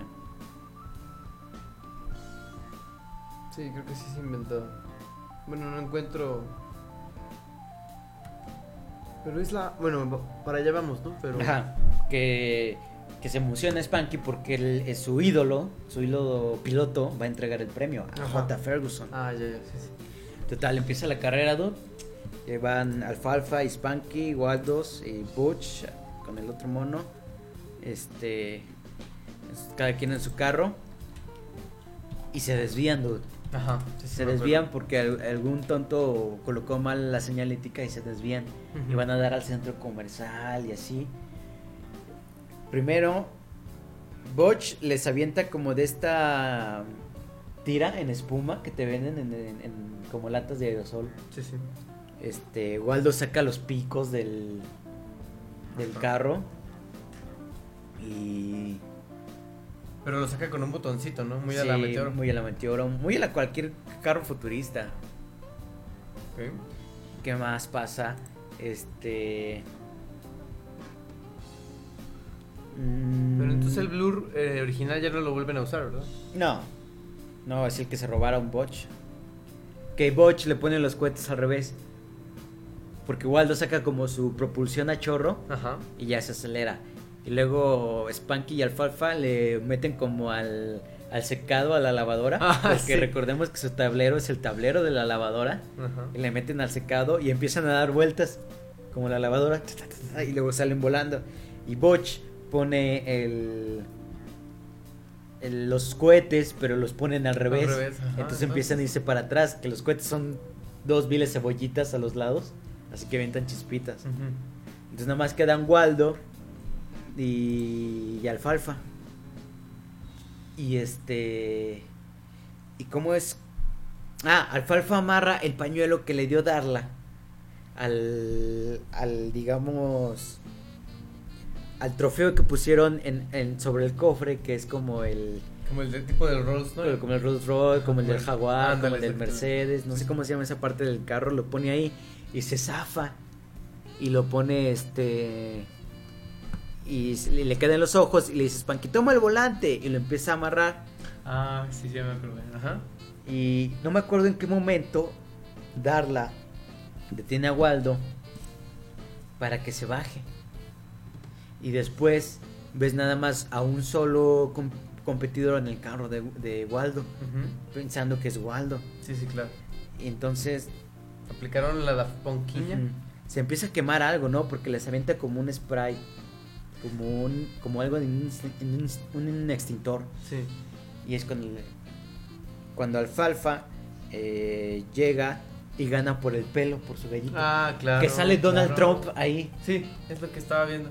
Speaker 4: Sí, creo que sí es inventado. Bueno, no encuentro... Pero es la... Bueno, va- para allá vamos, ¿no? Pero...
Speaker 5: Ajá, que, que se emociona Spanky porque él es su ídolo, su ídolo piloto, va a entregar el premio a
Speaker 4: Ajá.
Speaker 5: J. Ferguson.
Speaker 4: Ah, ya, ya, sí, sí.
Speaker 5: Total, empieza la carrera, dude. Eh, Van Alfalfa, y Spanky, Waldos y Butch con el otro mono. Este. es- Cada quien en su carro. Y se desvían, dude.
Speaker 4: Ajá.
Speaker 5: Se desvían porque al- algún tonto colocó mal la señalética y se desvían. Y van a dar al centro comercial y así. Primero, Botch les avienta como de esta tira en espuma que te venden en, en- en- como latas de aerosol.
Speaker 4: Sí, sí.
Speaker 5: Este, Waldo saca los picos del, del
Speaker 4: Ajá.
Speaker 5: carro. Y...
Speaker 4: Pero lo saca con un botoncito, ¿no? Muy a
Speaker 5: sí,
Speaker 4: la meteoro.
Speaker 5: Muy a la meteoro. Muy a la cualquier carro futurista.
Speaker 4: Ok.
Speaker 5: ¿Qué más pasa? Este... mm,
Speaker 4: Pero entonces el blur eh, original ya no lo vuelven a usar, ¿verdad?
Speaker 5: No. No, es el que se robara un Botch. Que Botch le pone los cohetes al revés. Porque Waldo saca como su propulsión a chorro
Speaker 4: Ajá.
Speaker 5: y ya se acelera. Y luego Spanky y Alfalfa le meten como al, al secado a la lavadora.
Speaker 4: [laughs] Ah,
Speaker 5: porque
Speaker 4: sí.
Speaker 5: recordemos que su tablero es el tablero de la lavadora.
Speaker 4: Ajá.
Speaker 5: Y le meten al secado y empiezan a dar vueltas como la lavadora ta, ta, ta, ta, y luego salen volando y Botch pone el, el- los cohetes pero los ponen al revés,
Speaker 4: revés, ajá,
Speaker 5: entonces empiezan a irse para atrás que los cohetes son dos viles cebollitas a los lados así que aventan chispitas
Speaker 4: Ujú.
Speaker 5: entonces nada más quedan Waldo y, y Alfalfa. Y este. ¿Y cómo es? Ah, Alfalfa amarra el pañuelo que le dio Darla al, al digamos, al trofeo que pusieron en, en- sobre el cofre, que es como el,
Speaker 4: Como el de- tipo del Rolls, ¿no?
Speaker 5: como el Rolls Royce, como el del
Speaker 4: Ándale,
Speaker 5: Jaguar, como el del
Speaker 4: exactamente.
Speaker 5: Mercedes, no sé cómo se llama esa parte del carro, lo pone ahí y se zafa y lo pone este y, s- y le queda en los ojos y le dices, Panqui, toma el volante y lo empieza a amarrar.
Speaker 4: Ah, sí, ya me acuerdo. Ajá.
Speaker 5: Y no me acuerdo en qué momento Darla detiene a Waldo para que se baje. Y después ves nada más a un solo com- competidor en el carro de, de Waldo,
Speaker 4: Ujú.
Speaker 5: pensando que es Waldo.
Speaker 4: Sí, sí, claro.
Speaker 5: Y entonces
Speaker 4: Aplicaron la Daft Punkiña.
Speaker 5: ujú, se empieza a quemar algo, ¿no? Porque les avienta como un spray, como, un, como algo en un inst- en un inst- un extintor.
Speaker 4: Sí.
Speaker 5: Y es cuando, cuando Alfalfa eh, llega y gana por el pelo, por su gallito.
Speaker 4: Ah, claro.
Speaker 5: que sale Donald
Speaker 4: claro.
Speaker 5: Trump ahí.
Speaker 4: Sí, es lo que estaba viendo.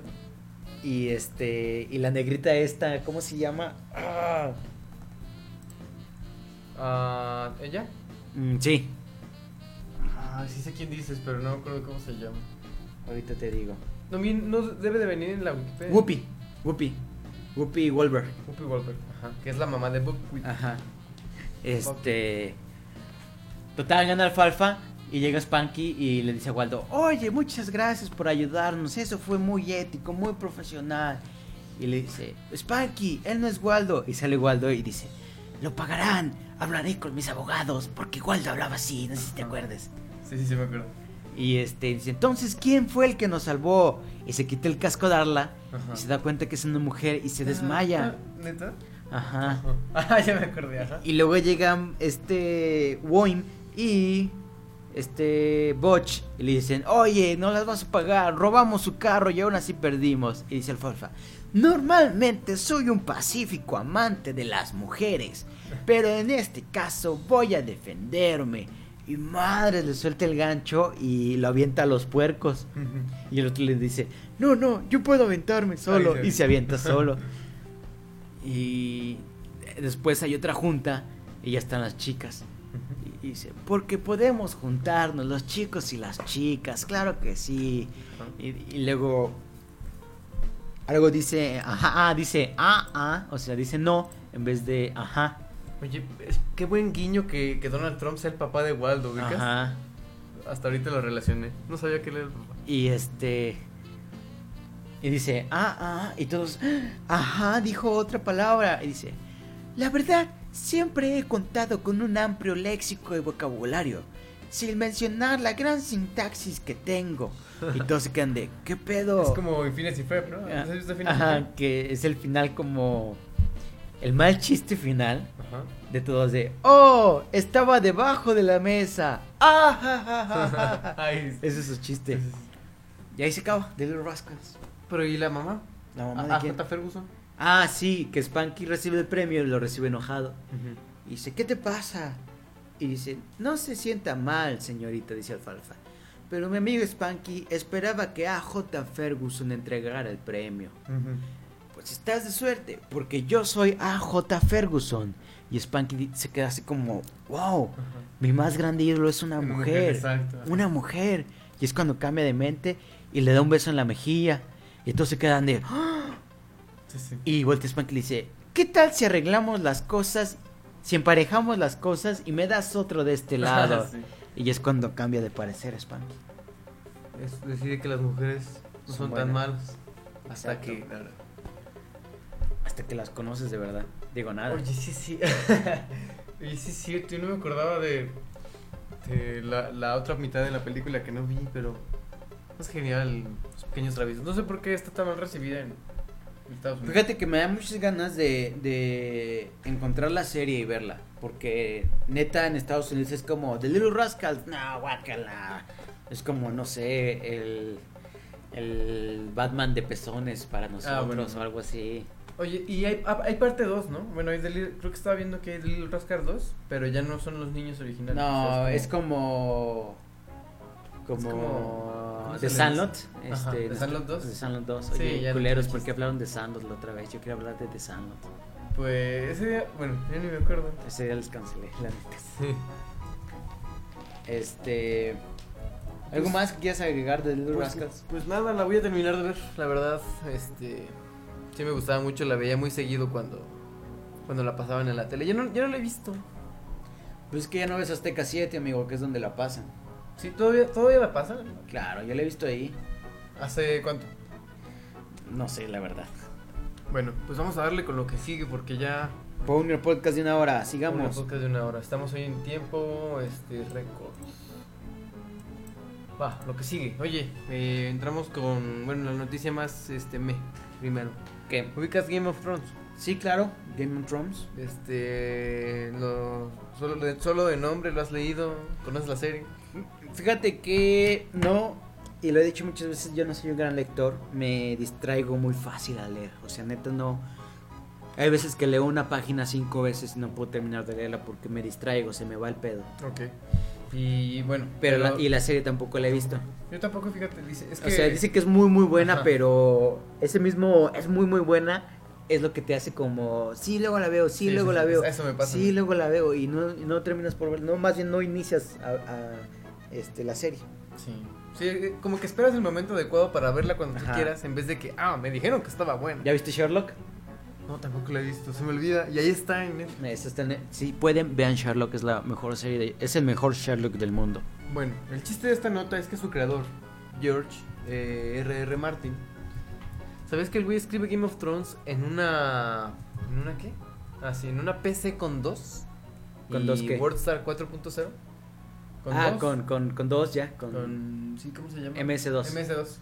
Speaker 5: Y este. Y la negrita esta, ¿cómo se llama? Ah,
Speaker 4: Ah, ¿Ella?
Speaker 5: mm, sí,
Speaker 4: Ah, sí sé quién dices, pero no me acuerdo cómo se llama.
Speaker 5: ahorita te digo.
Speaker 4: No, mi- no debe de venir en la Wikipedia.
Speaker 5: Whoopi, Whoopi, Whoopi Wolver.
Speaker 4: Whoopi Goldberg. Ajá. Que es la mamá de Buckwheat.
Speaker 5: Ajá. Este. Total, gana Alfalfa. Y llega Spanky y le dice a Waldo: Oye, muchas gracias por ayudarnos. Eso fue muy ético, muy profesional. Y le dice: Spanky, él no es Waldo. Y sale Waldo y dice: Lo pagarán. Hablaré con mis abogados. Porque Waldo hablaba así. No sé si te acuerdas.
Speaker 4: Sí, sí, sí, me acuerdo.
Speaker 5: Y este dice, entonces, ¿quién fue el que nos salvó? Y se quita el casco a darla.
Speaker 4: Ajá.
Speaker 5: Y se da cuenta que es una mujer y se desmaya.
Speaker 4: Ah, ¿Neta?
Speaker 5: Ajá.
Speaker 4: [laughs] Ah, ya me acordé, ajá.
Speaker 5: Y luego llegan este Woim y este Botch y le dicen, oye, no las vas a pagar, robamos su carro y aún así perdimos. Y dice Alfalfa, normalmente soy un pacífico amante de las mujeres, pero en este caso voy a defenderme. Y madre, le suelta el gancho y lo avienta a los puercos. Y el otro le dice, no, no, yo puedo aventarme solo.
Speaker 4: Ay, sí.
Speaker 5: y se avienta [laughs] solo. y después hay otra junta y ya están las chicas. Y dice, porque podemos juntarnos los chicos y las chicas, claro que sí. Y, y luego algo dice, ajá, ah", dice, ah, ah, o sea, dice no en vez de, ajá,
Speaker 4: [laughs] Oye, es- qué buen guiño que, que Donald Trump sea el papá de Waldo, ¿ubicas?
Speaker 5: ajá.
Speaker 4: Hasta ahorita lo relacioné. No sabía que él era el papá.
Speaker 5: Y este. Y dice, ah, ah, y todos, ajá, dijo otra palabra. Y dice, la verdad, siempre he contado con un amplio léxico y vocabulario, sin mencionar la gran sintaxis que tengo.
Speaker 4: [laughs]
Speaker 5: Y todos se quedan de, ¿qué pedo?
Speaker 4: Es como Infinity Fair, ¿no?
Speaker 5: Oh. Ah,
Speaker 4: ¿Has visto Infinity Fair?
Speaker 5: Ajá, que es el final como. El mal chiste final
Speaker 4: Ajá.
Speaker 5: de todos de, ¡oh! Estaba debajo de la mesa. ¡Ah! ja, ja, ja, ja, ja". [laughs]
Speaker 4: Ay, sí.
Speaker 5: Ese es su chiste. Y ahí se acaba, The Little Rascals.
Speaker 4: Pero ¿y la mamá?
Speaker 5: ¿La mamá de
Speaker 4: ¿A
Speaker 5: quién?
Speaker 4: J. Ferguson?
Speaker 5: Ah, sí, que Spanky recibe el premio y lo recibe enojado. Y dice, ¿qué te pasa? Y dice, no se sienta mal, señorita, dice Alfalfa. Pero mi amigo Spanky esperaba que AJ Ferguson entregara el premio. Pues estás de suerte, porque yo soy AJ Ferguson. Y Spanky di- se queda así como, wow, mi más grande ídolo es una
Speaker 4: Una mujer,
Speaker 5: mujer.
Speaker 4: exacto.
Speaker 5: Una mujer. Y es cuando cambia de mente y le da un beso en la mejilla. Y entonces se quedan de,
Speaker 4: Sí, sí.
Speaker 5: y Walter Spank le dice, ¿qué tal si arreglamos las cosas, si emparejamos las cosas y me das otro de este [laughs] lado?
Speaker 4: [laughs] Sí.
Speaker 5: Y es cuando cambia de parecer Spank.
Speaker 4: Es- decide que las mujeres no son
Speaker 5: Son
Speaker 4: tan
Speaker 5: buenas.
Speaker 4: malas. Hasta
Speaker 5: Exacto.
Speaker 4: que...
Speaker 5: Hasta que las conoces de verdad. Digo nada.
Speaker 4: Oye, sí, sí. [laughs] Oye, sí, es cierto. Yo no me acordaba de, de la, la otra mitad de la película que no vi, pero es genial. Los pequeños traviesos. No sé por qué está tan mal recibida en, en Estados Unidos.
Speaker 5: Fíjate que me da muchas ganas de, de encontrar la serie y verla. Porque neta en Estados Unidos es como The Little Rascals. No, guácala. Es como, no sé, el, el Batman de pezones para nosotros
Speaker 4: bueno.
Speaker 5: o algo así.
Speaker 4: Oye, y hay, ah, hay parte 2, ¿no? Bueno, hay de Lil- creo que estaba viendo que hay de Little Rascar 2, pero ya no son los niños originales.
Speaker 5: No,
Speaker 4: o sea,
Speaker 5: es como. Como.
Speaker 4: es como-
Speaker 5: No,
Speaker 4: ¿Cómo
Speaker 5: de
Speaker 4: se le
Speaker 5: Sandlot. Este,
Speaker 4: Ajá, ¿de
Speaker 5: nuestro-
Speaker 4: Sandlot 2?
Speaker 5: De Sandlot 2.
Speaker 4: Sí,
Speaker 5: Oye,
Speaker 4: ya lo
Speaker 5: culeros,
Speaker 4: dijiste.
Speaker 5: ¿por qué hablaron de Sandlot la otra vez? Yo quería hablar de The Sandlot.
Speaker 4: Pues ese día, bueno, ya ni me acuerdo.
Speaker 5: Ese día les cancelé, la neta.
Speaker 4: Sí.
Speaker 5: Este. ¿Algo más que quieras agregar de Little
Speaker 4: Pues,
Speaker 5: Rascals?
Speaker 4: pues nada, la voy a terminar de ver. La verdad, este. Sí me gustaba mucho, la veía muy seguido cuando. Cuando la pasaban en la tele. Yo no, yo no la he visto.
Speaker 5: Pues es que ya no ves Azteca 7, amigo, que es donde la pasan.
Speaker 4: Sí, todavía, todavía la pasan.
Speaker 5: Claro, yo la he visto ahí.
Speaker 4: ¿Hace cuánto?
Speaker 5: No sé, la verdad.
Speaker 4: Bueno, pues vamos a darle con lo que sigue porque ya.
Speaker 5: Fue un podcast de una hora,
Speaker 4: Una
Speaker 5: sigamos.
Speaker 4: podcast de una hora. Estamos hoy en tiempo, este, récords. Va, lo que sigue. Oye, eh, entramos con, bueno, la noticia más, este, me, primero.
Speaker 5: ¿Qué?
Speaker 4: ¿Ubicas Game of Thrones?
Speaker 5: Sí, claro, Game of Thrones.
Speaker 4: Este, lo, solo, de, solo de nombre, lo has leído, conoces la serie.
Speaker 5: Fíjate que no, y lo he dicho muchas veces, yo no soy un gran lector, me distraigo muy fácil al leer, o sea, neta no. Hay veces que leo una página cinco veces y no puedo terminar de leerla porque me distraigo, se me va el pedo.
Speaker 4: Ok. Y bueno,
Speaker 5: Pero la- y la serie tampoco la he visto.
Speaker 4: yo tampoco, fíjate, dice, es que...
Speaker 5: O sea, dice que es muy muy buena,
Speaker 4: Ajá.
Speaker 5: pero ese mismo es muy muy buena es lo que te hace como sí luego la veo, sí,
Speaker 4: Sí,
Speaker 5: luego
Speaker 4: sí,
Speaker 5: la
Speaker 4: sí,
Speaker 5: veo,
Speaker 4: eso me pasa a
Speaker 5: sí
Speaker 4: mí.
Speaker 5: luego la veo y no, y no terminas por ver, no más bien no inicias a, a, este la serie.
Speaker 4: Sí. Sí, eh, como que esperas el momento adecuado para verla cuando tú
Speaker 5: Ajá.
Speaker 4: quieras, en vez de que, ah, me dijeron que estaba buena.
Speaker 5: ¿Ya viste Sherlock?
Speaker 4: No, tampoco la he visto, se me olvida. Y ahí está en Netflix.
Speaker 5: Esa está en- Si pueden, vean Sherlock, es la mejor serie, de- es el mejor Sherlock del mundo.
Speaker 4: Bueno, el chiste de esta nota es que su creador, George eh, R.R. Martin, ¿sabes que el güey escribe Game of Thrones en una. ¿En una qué? Ah, sí, en una PC con 2.
Speaker 5: ¿Con dos qué?
Speaker 4: WordStar 4.0.
Speaker 5: ah,
Speaker 4: dos,
Speaker 5: Con, con, con dos ya, con,
Speaker 4: con- Sí, ¿cómo se llama?
Speaker 5: MS2.
Speaker 4: MS2.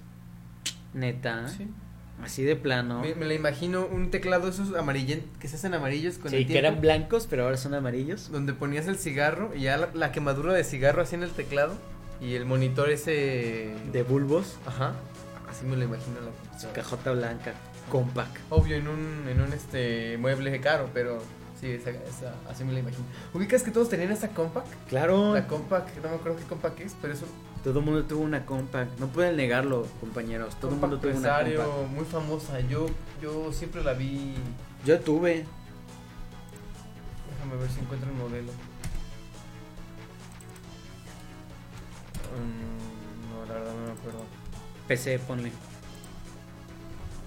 Speaker 5: Neta,
Speaker 4: Sí.
Speaker 5: así de plano.
Speaker 4: Me, me la imagino un teclado esos amarillentos que se hacen amarillos con el
Speaker 5: Sí, que
Speaker 4: tiempo,
Speaker 5: eran blancos, pero ahora son amarillos.
Speaker 4: Donde ponías el cigarro y ya la, la quemadura de cigarro así en el teclado. Y el monitor ese.
Speaker 5: De bulbos,
Speaker 4: Ajá. Así me lo imagino la
Speaker 5: su cajota blanca, compact.
Speaker 4: Obvio, en un, en un este, mueble caro, pero sí, esa, esa- así me la imagino. ¿Ubicas que todos tenían esa compact?
Speaker 5: Claro,
Speaker 4: La compact, no me acuerdo qué compact es, pero es un
Speaker 5: todo el mundo tuvo una compact. No pueden negarlo, compañeros. Todo el
Speaker 4: compact
Speaker 5: mundo tuvo una
Speaker 4: empresario
Speaker 5: compact.
Speaker 4: muy famosa. Yo, yo siempre la vi.
Speaker 5: Yo tuve.
Speaker 4: Déjame ver si encuentro el modelo. Mm, no, la verdad no me acuerdo.
Speaker 5: PC, ponle.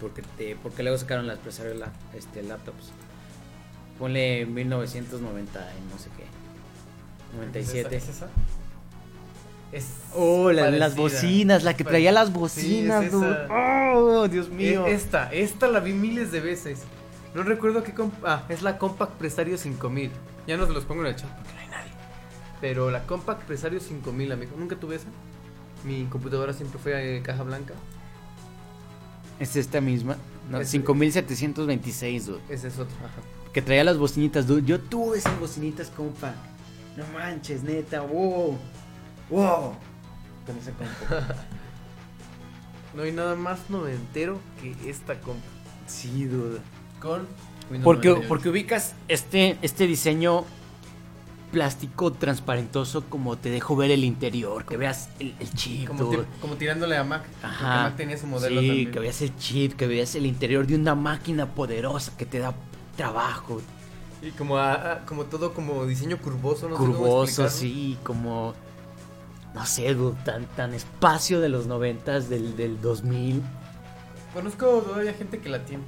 Speaker 5: Porque, te, porque luego sacaron las empresarios la, este, laptops. Ponle 1990 y no sé qué. 97.
Speaker 4: ¿Es esa? Es
Speaker 5: Oh, la- las
Speaker 4: parecida.
Speaker 5: bocinas, la que traía las
Speaker 4: Sí, es
Speaker 5: bocinas, dude.
Speaker 4: esa.
Speaker 5: Oh, Dios
Speaker 4: Es-
Speaker 5: mío.
Speaker 4: E, Esta, esta la vi miles de veces. No recuerdo qué comp ah, es la Compact Presario 5000. Ya no se los pongo en el chat porque no hay nadie. Pero la Compact Presario 5000, amigo. Nunca tuve esa. Mi computadora siempre fue de caja blanca.
Speaker 5: Es esta misma. No,
Speaker 4: Es-
Speaker 5: 5726, dude.
Speaker 4: Esa es otra. Ajá.
Speaker 5: Que traía las bocinitas, dude. Yo tuve esas bocinitas, compa. No manches, neta. Wow. Wow. Con esa compa.
Speaker 4: No hay nada más noventero que esta compa.
Speaker 5: sí, dude.
Speaker 4: Con Windows
Speaker 5: Porque,
Speaker 4: 98.
Speaker 5: porque ubicas este, este diseño plástico transparentoso como te dejo ver el interior, que veas el, el chip.
Speaker 4: Como,
Speaker 5: dude.
Speaker 4: ti- como tirándole a Mac. Porque
Speaker 5: Ajá.
Speaker 4: Mac tenía su modelo
Speaker 5: sí,
Speaker 4: también.
Speaker 5: que veas el chip, que veas el interior de una máquina poderosa que te da trabajo,
Speaker 4: Y como, a- a- como todo como diseño curvoso. No sé cómo
Speaker 5: curvoso,
Speaker 4: explicarlo.
Speaker 5: sí, como... No sé, dude, tan, tan espacio de los noventas, del, del 2000,
Speaker 4: Conozco todavía gente que la tiene.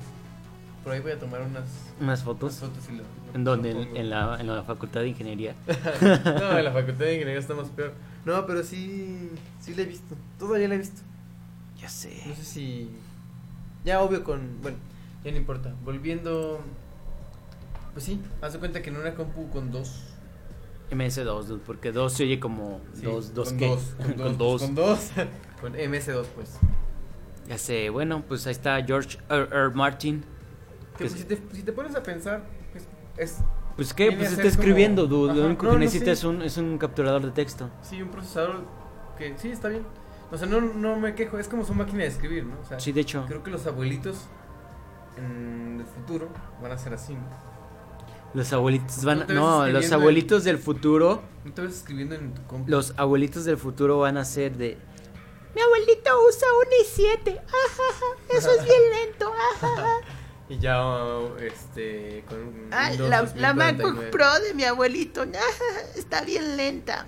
Speaker 4: Por ahí voy a tomar unas
Speaker 5: unas fotos.
Speaker 4: Nosotros y lo-
Speaker 5: Pues, ¿En dónde?
Speaker 4: lo
Speaker 5: En,
Speaker 4: pongo.
Speaker 5: en la, en la facultad de ingeniería.
Speaker 4: [laughs]
Speaker 5: [laughs]
Speaker 4: No, en la facultad de ingeniería estamos peor. No, pero sí, sí la he visto. Todavía la he visto.
Speaker 5: Ya
Speaker 4: No
Speaker 5: sé.
Speaker 4: sé si... Ya obvio con... Bueno, ya no importa. Volviendo... Pues sí, haz de cuenta que en una compu con dos...
Speaker 5: MS2, dude, porque dos se oye como...
Speaker 4: sí,
Speaker 5: dos, dos,
Speaker 4: con
Speaker 5: ¿qué?
Speaker 4: dos,
Speaker 5: [laughs]
Speaker 4: con dos. pues,
Speaker 5: Con dos.
Speaker 4: Con dos. [laughs] Con MS2 pues.
Speaker 5: Ya sé, bueno, pues ahí está George R. R. Martin.
Speaker 4: Que,
Speaker 5: Que
Speaker 4: pues,
Speaker 5: sí.
Speaker 4: si, te, si te pones a pensar, pues, es...
Speaker 5: Pues qué,
Speaker 4: Viene
Speaker 5: pues
Speaker 4: a
Speaker 5: está
Speaker 4: ser
Speaker 5: escribiendo,
Speaker 4: como-
Speaker 5: dude. Lo
Speaker 4: Ajá,
Speaker 5: único
Speaker 4: no,
Speaker 5: que
Speaker 4: no,
Speaker 5: necesita
Speaker 4: sí.
Speaker 5: es, un, es un capturador de texto.
Speaker 4: Sí, un procesador que sí está bien. O sea, no, no me quejo, es como su máquina de escribir, ¿no? O sea,
Speaker 5: Sí, de hecho.
Speaker 4: Creo que los abuelitos en el futuro van a ser así. ¿no?
Speaker 5: Los abuelitos van...
Speaker 4: No te ves
Speaker 5: No, los
Speaker 4: escribiendo en-
Speaker 5: abuelitos del futuro...
Speaker 4: No te ves escribiendo en tu compu.
Speaker 5: Los abuelitos del futuro van a ser de...
Speaker 1: Mi abuelito usa un i7. Ajaja, eso es bien lento. Ajaja.
Speaker 4: Y ya, este, con un
Speaker 1: Ah,
Speaker 4: Windows
Speaker 1: la, la
Speaker 4: 2049.
Speaker 1: MacBook Pro de mi abuelito. Ajaja, está bien lenta.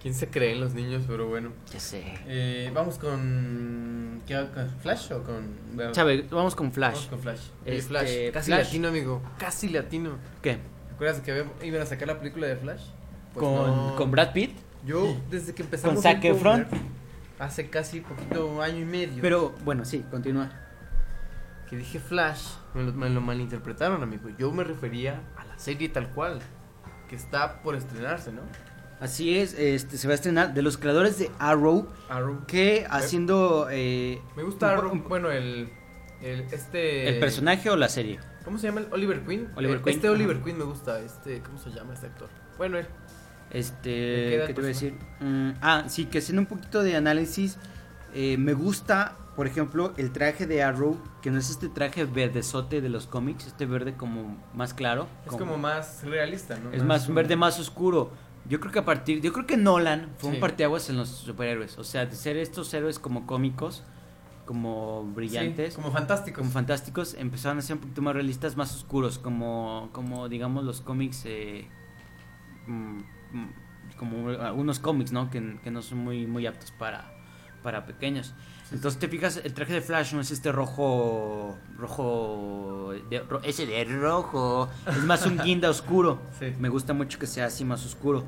Speaker 4: ¿Quién se creen los niños? Pero bueno.
Speaker 5: Ya sé.
Speaker 4: Eh, vamos con... ¿qué, con ¿Flash o con...? bueno,
Speaker 5: Chave, vamos con
Speaker 4: Vamos
Speaker 5: Flash.
Speaker 4: con Flash.
Speaker 5: Este,
Speaker 4: Eh, Flash. Casi
Speaker 5: Flash.
Speaker 4: latino, amigo. Casi latino.
Speaker 5: ¿Qué?
Speaker 4: ¿Recuerdas que había- iban a sacar la película de Flash? Pues
Speaker 5: con,
Speaker 4: no.
Speaker 5: con Brad Pitt.
Speaker 4: Yo, desde que empezamos...
Speaker 5: Con Zac
Speaker 4: bien
Speaker 5: Efron.
Speaker 4: pobre, Hace casi poquito, un año y medio.
Speaker 5: Pero bueno, sí, continúa.
Speaker 4: que dije Flash, me lo, me lo malinterpretaron, amigo. Yo me refería a la serie tal cual, que está por estrenarse, ¿no?
Speaker 5: Así es, este se va a estrenar de los creadores de Arrow
Speaker 4: Arrow.
Speaker 5: que haciendo eh,
Speaker 4: Me gusta
Speaker 5: Un po-
Speaker 4: Arrow, bueno, el, el este
Speaker 5: el personaje o la serie.
Speaker 4: ¿Cómo se llama? el Oliver Queen.
Speaker 5: Oliver Queen,
Speaker 4: Este
Speaker 5: ajá.
Speaker 4: Oliver Queen me gusta, este, ¿cómo se llama este actor? Bueno, él. ¿De qué
Speaker 5: Este,
Speaker 4: edad
Speaker 5: ¿qué te voy a
Speaker 4: persona?
Speaker 5: decir? Mm, ah, sí, que haciendo un poquito de análisis, eh, me gusta, por ejemplo, el traje de Arrow, que no es este traje verdezote de los cómics, este verde como más claro.
Speaker 4: Es como más realista, ¿no?
Speaker 5: Es más, un verde más oscuro. Yo creo que a partir, yo creo que Nolan fue
Speaker 4: Sí.
Speaker 5: un parteaguas en los superhéroes. O sea, de ser estos héroes como cómicos, como
Speaker 4: Sí,
Speaker 5: brillantes, como,
Speaker 4: como fantástico.
Speaker 5: fantásticos, empezaron a ser un poquito más realistas, más oscuros, como, como digamos los cómics, eh, mm, mm, como algunos cómics, ¿no? Que, que no son muy, muy aptos para, para pequeños. Entonces te fijas, el traje de Flash no es este rojo, rojo, de- ro- ese de rojo, es más un guinda oscuro.
Speaker 4: [laughs] Sí.
Speaker 5: Me gusta mucho que sea así más oscuro.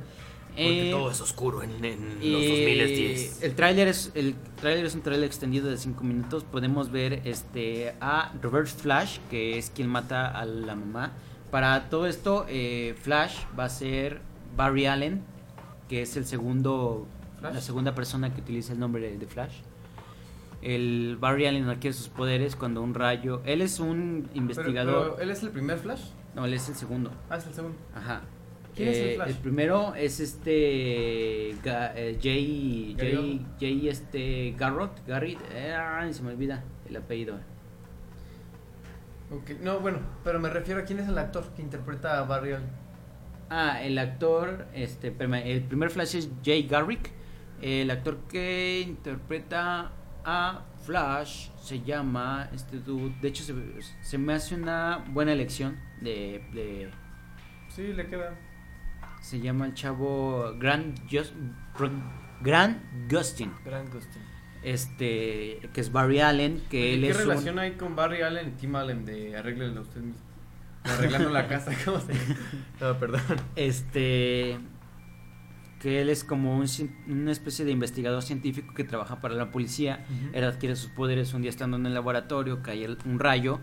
Speaker 5: Eh,
Speaker 11: es oscuro en, en
Speaker 5: eh, El tráiler es el tráiler es un tráiler extendido de 5 minutos. Podemos ver este a Robert Flash, que es quien mata a la mamá. Para todo esto, eh, Flash va a ser Barry Allen, que es el segundo
Speaker 4: Flash.
Speaker 5: la segunda persona que utiliza el nombre de, de Flash. El Barry Allen adquiere sus poderes cuando un rayo. Él es un
Speaker 4: Pero-
Speaker 5: investigador.
Speaker 4: pero él es el primer Flash.
Speaker 5: No, él es el segundo.
Speaker 4: Ah, es el segundo.
Speaker 5: Ajá. Eh,
Speaker 4: ¿Quién es el Flash?
Speaker 5: primero es este Ga- eh, Jay, Jay, Jay este Garrot, Garrett, eh, ay, se me olvida el apellido.
Speaker 4: Ok, No, bueno, pero me refiero a quién es el actor que interpreta a Barry Allen.
Speaker 5: Ah, el actor, este, perma- el primer Flash es Jay Garrick, el actor que interpreta a Flash se llama este dude, de hecho se, se me hace una buena elección de, de-
Speaker 4: Sí, le queda.
Speaker 5: se llama el chavo Grant Just, Grant Gustin.
Speaker 4: Gran Gustin.
Speaker 5: este que es Barry Allen que
Speaker 4: Oye,
Speaker 5: él
Speaker 4: ¿Qué
Speaker 5: es un-
Speaker 4: relación hay con Barry Allen y Tim Allen de arréglenlo usted mismo?
Speaker 5: [laughs]
Speaker 4: Arreglando la casa, [laughs] ¿cómo se llama? No, perdón.
Speaker 5: este que él es como un cien- una especie de investigador científico que trabaja para la policía él adquiere sus poderes un día estando en el laboratorio cae el- un rayo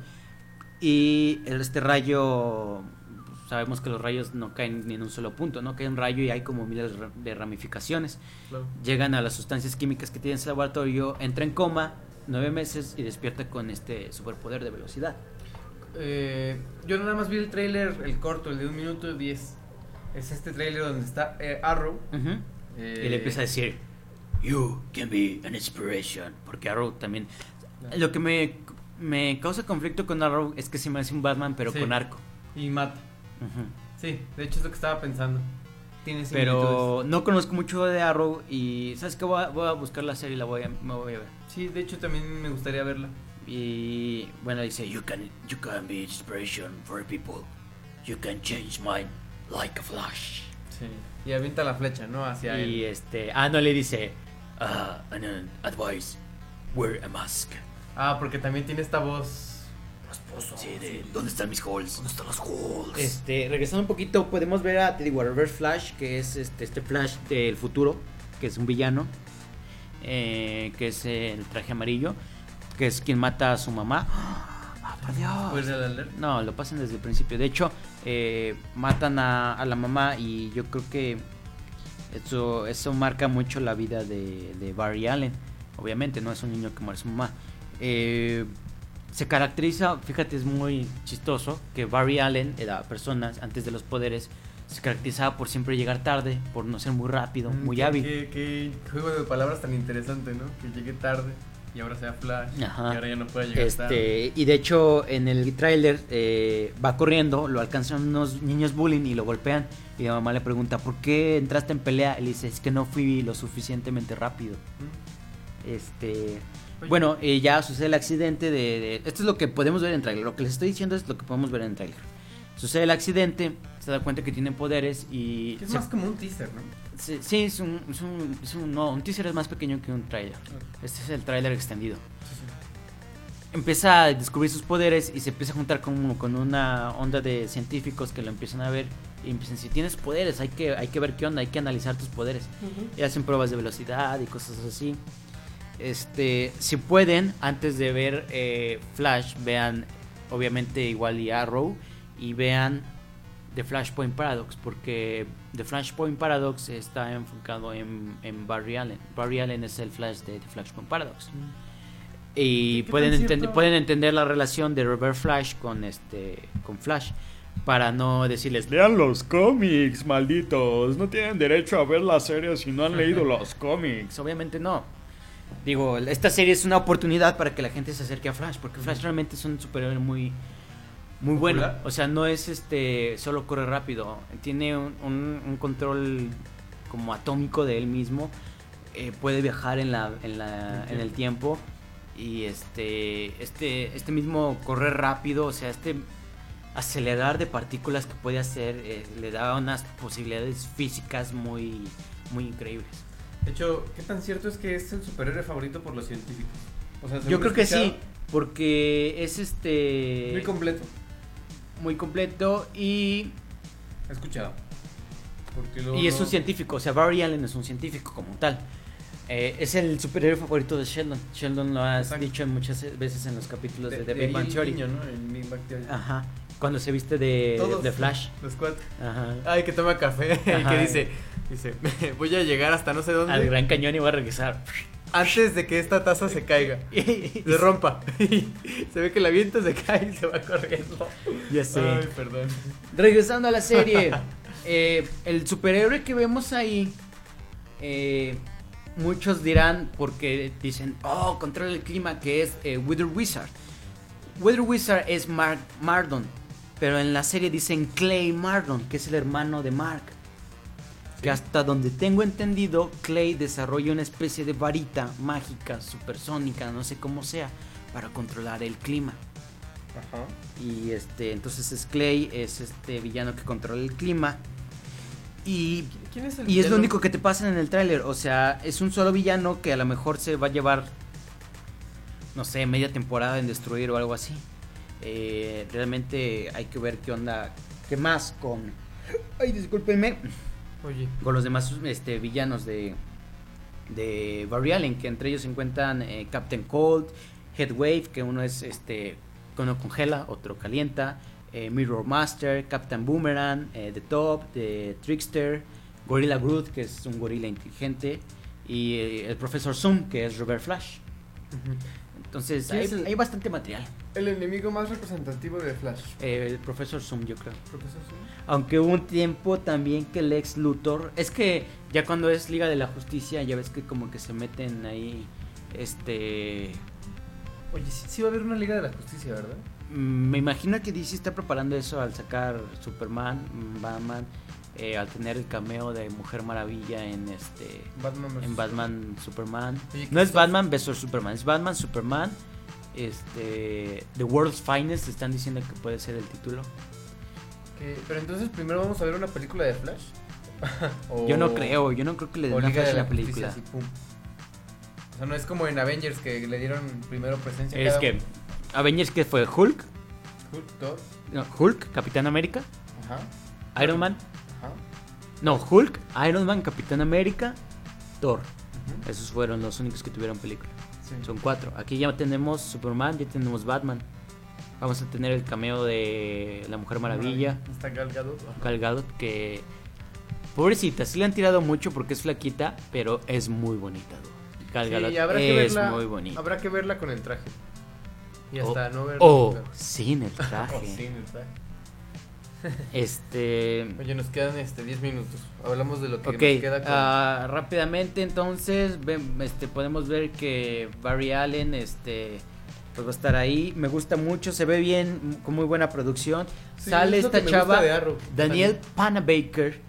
Speaker 5: y el- este rayo pues, sabemos que los rayos no caen ni en un solo punto no cae un rayo y hay como miles de ra- de ramificaciones
Speaker 4: Claro.
Speaker 5: llegan a las sustancias químicas que tiene ese laboratorio entra en coma nueve meses y despierta con este superpoder de velocidad
Speaker 4: Eh, yo nada más vi el tráiler, el corto, el de un minuto diez. Es este tráiler donde está eh, Arrow.
Speaker 5: Ujú.
Speaker 4: eh,
Speaker 5: Y le empieza a decir, You can be an inspiration. Porque Arrow también. Lo que me, me causa conflicto con Arrow es que se me hace un Batman, pero
Speaker 4: Sí.
Speaker 5: con arco.
Speaker 4: Y mata.
Speaker 5: Ujú.
Speaker 4: Sí, de hecho es lo que estaba pensando. Tiene similitudes.
Speaker 5: Pero no conozco mucho de Arrow y sabes que voy a, voy a buscar la serie y la voy a, me voy a ver.
Speaker 4: Sí, de hecho también me gustaría verla.
Speaker 5: Y bueno, dice,
Speaker 12: You can, you can be inspiration for people. You can change mind like a flash.
Speaker 4: Sí. Y avienta la flecha, ¿no? Hacia
Speaker 5: Y
Speaker 4: él.
Speaker 5: este. Ah, no le dice. "Ah,
Speaker 12: Uh, and an advice: wear a mask.
Speaker 4: Ah, porque también tiene esta voz.
Speaker 12: Pues, Sí, de, ¿Dónde están mis holes? ¿Dónde están los holes?
Speaker 5: Este, regresando un poquito, podemos ver a, te digo, a Reverse Flash, que es este, este Flash del futuro, que es un villano, eh, que es eh, el traje amarillo, que es quien mata a su mamá. ¡Ah, por Dios!
Speaker 4: Pues el alert.
Speaker 5: No, lo pasan desde el principio. De hecho, eh, matan a, a la mamá y yo creo que eso, eso marca mucho la vida de, de Barry Allen. Obviamente, no es un niño que muere su mamá. Eh, se caracteriza, fíjate, es muy chistoso que Barry Allen, la persona antes de los poderes, se caracterizaba por siempre llegar tarde, por no ser muy rápido,
Speaker 4: Mm,
Speaker 5: muy
Speaker 4: qué-
Speaker 5: hábil.
Speaker 4: Qué, qué juego de palabras tan interesante, ¿no? Que llegué tarde y ahora sea Flash.
Speaker 5: Ajá.
Speaker 4: Y ahora ya no puede llegar tarde.
Speaker 5: Este, y de hecho, en el tráiler eh, va corriendo, lo alcanzan unos niños bullying y lo golpean. Y la mamá le
Speaker 4: Mm,
Speaker 5: pregunta, ¿por qué entraste en pelea? Él dice, es que no fui lo suficientemente rápido. Este. Bueno, eh, ya sucede el accidente de, de- Esto es lo que podemos ver en trailer. Lo que les estoy diciendo es lo que podemos ver en trailer. Sucede el accidente, se da cuenta que tienen poderes y.
Speaker 4: Es
Speaker 5: se-
Speaker 4: más como un teaser, ¿no?
Speaker 5: se- sí, es un, es un- es un- No, un teaser es más pequeño que un trailer. Este es el trailer extendido. Empieza a descubrir sus poderes y se empieza a juntar con, con una onda de científicos que lo empiezan a ver y empiezan si tienes poderes, hay que, hay que ver qué onda, hay que analizar tus poderes y hacen pruebas de velocidad y cosas así. Este, si pueden, antes de ver eh, Flash, vean obviamente igual y Arrow y vean The Flashpoint Paradox, porque The Flashpoint Paradox está enfocado en, en Barry Allen. Barry Allen es el Flash de The Flashpoint Paradox. Y
Speaker 4: Mm. ¿Qué
Speaker 5: pueden,
Speaker 4: tan
Speaker 5: entender-
Speaker 4: cierto?
Speaker 5: pueden entender la relación de Reverse Flash con, este, con Flash. Para no decirles, vean
Speaker 7: los cómics, malditos. No tienen derecho a ver la serie si no han leído los cómics.
Speaker 5: Pues obviamente no. Digo, esta serie es una oportunidad para que la gente se acerque a Flash, porque Flash realmente es un superhéroe muy muy bueno.
Speaker 4: Popular.
Speaker 5: O sea, no es este solo corre rápido, tiene un, un- un control como atómico de él mismo. eh, puede viajar en la, en, la- en el tiempo y este este este mismo correr rápido, o sea, este acelerar de partículas que puede hacer eh, le da unas posibilidades físicas muy muy increíbles.
Speaker 4: De hecho, ¿qué tan cierto es que es el superhéroe favorito por los científicos? O sea,
Speaker 5: Yo
Speaker 4: según
Speaker 5: creo
Speaker 4: he
Speaker 5: que
Speaker 4: escuchado,
Speaker 5: sí, porque es este
Speaker 4: Muy completo.
Speaker 5: muy completo y,
Speaker 4: He escuchado. Porque luego
Speaker 5: y es
Speaker 4: no-
Speaker 5: un científico, o sea, Barry Allen es un científico como tal. Eh, es el superhéroe favorito de Sheldon. Sheldon lo has
Speaker 4: Exacto.
Speaker 5: dicho muchas veces en los capítulos de,
Speaker 4: de-
Speaker 5: The
Speaker 4: de
Speaker 5: Big Bang
Speaker 4: ahí
Speaker 5: Theory.
Speaker 4: niño, ¿no? El Big Bang Theory.
Speaker 5: Ajá. Cuando se viste de,
Speaker 4: Todos.
Speaker 5: de Flash.
Speaker 4: Los cuatro.
Speaker 5: Ajá.
Speaker 10: Ay, que toma café
Speaker 4: [laughs]
Speaker 10: y
Speaker 5: Ajá.
Speaker 10: que dice, dice, voy a llegar hasta no sé
Speaker 5: Al
Speaker 10: dónde
Speaker 5: Gran Cañón y va a
Speaker 4: [laughs]
Speaker 5: regresar. [laughs]
Speaker 10: antes de que esta taza se caiga,
Speaker 5: ya
Speaker 10: se rompa. [laughs] se ve que la viento se cae y se va corriendo.
Speaker 5: sé.
Speaker 10: Ay, perdón.
Speaker 5: Regresando a la serie, [laughs] eh, el superhéroe que vemos ahí, eh, muchos dirán, porque dicen, oh, controla el clima, que es eh, Weather Wizard. Weather Wizard es Mark Mardon, pero en la serie dicen Clay Mardon, que es el hermano de Mark. Que hasta donde tengo entendido, Clay desarrolla una especie de varita mágica, supersónica, no sé cómo sea, para controlar el clima.
Speaker 4: Ajá.
Speaker 5: Y este, entonces es Clay, es este villano que controla el clima. Y,
Speaker 4: ¿Quién es el
Speaker 5: y es
Speaker 4: villano?
Speaker 5: lo único que te pasa en el tráiler. O sea, es un solo villano que a lo mejor se va a llevar, no sé, media temporada en destruir o algo así. Eh, realmente hay que ver qué onda, qué más con... Ay, discúlpenme.
Speaker 10: Oye,
Speaker 5: Con los demás este, villanos de, de Barry Allen, que entre ellos se encuentran eh, Captain Cold, Headwave, que uno es este que uno congela, otro calienta, eh, Mirror Master, Captain Boomerang, eh, The Top, The Trickster, Gorilla Groot, que es un gorila inteligente, y eh, el Profesor Zoom, que es Robert Flash. Entonces,
Speaker 4: ¿Quién
Speaker 5: hay,
Speaker 4: es el-
Speaker 5: hay bastante material.
Speaker 4: El enemigo más representativo de Flash.
Speaker 5: Eh, el Profesor Zoom, yo creo.
Speaker 4: Profesor Zoom.
Speaker 5: Aunque hubo un tiempo también que Lex Luthor. Es que ya cuando es Liga de la Justicia, ya ves que como que se meten ahí. Este.
Speaker 4: Oye, sí, sí va a haber una Liga de la Justicia, ¿verdad?
Speaker 5: mm, Me imagino que DC está preparando eso al sacar Superman, mm, Batman, eh, al tener el cameo de Mujer Maravilla en este.
Speaker 4: Batman versus-
Speaker 5: En Batman, Superman.
Speaker 4: Oye, ¿qué
Speaker 5: No es
Speaker 4: estás-
Speaker 5: Batman versus Superman, es Batman, Superman. Este. The World's Finest están diciendo que puede ser el título.
Speaker 4: Que- Pero entonces primero vamos a ver una película de Flash.
Speaker 5: [laughs]
Speaker 4: O-
Speaker 5: Yo no creo, yo no creo que le den
Speaker 4: Oh. o
Speaker 5: una
Speaker 4: Liga
Speaker 5: flash
Speaker 4: de
Speaker 5: a
Speaker 4: la,
Speaker 5: la
Speaker 4: Justicia,
Speaker 5: película.
Speaker 4: así, pum. O sea, no es como en Avengers que le dieron primero presencia. a
Speaker 5: Es
Speaker 4: cada
Speaker 5: que
Speaker 4: uno.
Speaker 5: Avengers que fue Hulk,
Speaker 4: Hulk, Thor,
Speaker 5: no, Hulk, Capitán América,
Speaker 4: Ajá.
Speaker 5: Iron Man,
Speaker 4: Ajá.
Speaker 5: no, Hulk, Iron Man, Capitán América, Thor. Esos fueron los únicos que tuvieron película.
Speaker 4: Sí.
Speaker 5: Son cuatro. Aquí ya tenemos Superman, ya tenemos Batman. Vamos a tener el cameo de la Mujer Maravilla,
Speaker 4: Está Gal Gadot.
Speaker 5: Gal Gadot, que pobrecita, sí le han tirado mucho porque es flaquita, pero es muy bonita. dude. Gal
Speaker 4: Sí,
Speaker 5: Gadot
Speaker 4: habrá que
Speaker 5: es
Speaker 4: verla-
Speaker 5: muy bonita.
Speaker 4: Habrá que verla con el traje. Y
Speaker 5: O-
Speaker 4: hasta no verla. Oh,
Speaker 5: O
Speaker 4: con el traje.
Speaker 5: sin el
Speaker 4: O
Speaker 5: traje.
Speaker 4: [laughs] sin el traje.
Speaker 5: Este.
Speaker 4: Oye, nos quedan este 10 minutos. Hablamos de lo que
Speaker 5: Ok,
Speaker 4: nos queda con
Speaker 5: ah, rápidamente entonces ven- este, podemos ver que Barry Allen este, pues va a estar ahí. Me gusta mucho, se ve bien, m- con muy buena producción.
Speaker 4: Sí,
Speaker 5: Sale
Speaker 4: es lo
Speaker 5: esta
Speaker 4: que me gusta
Speaker 5: chava,
Speaker 4: de Arrow,
Speaker 5: Daniel Panabaker,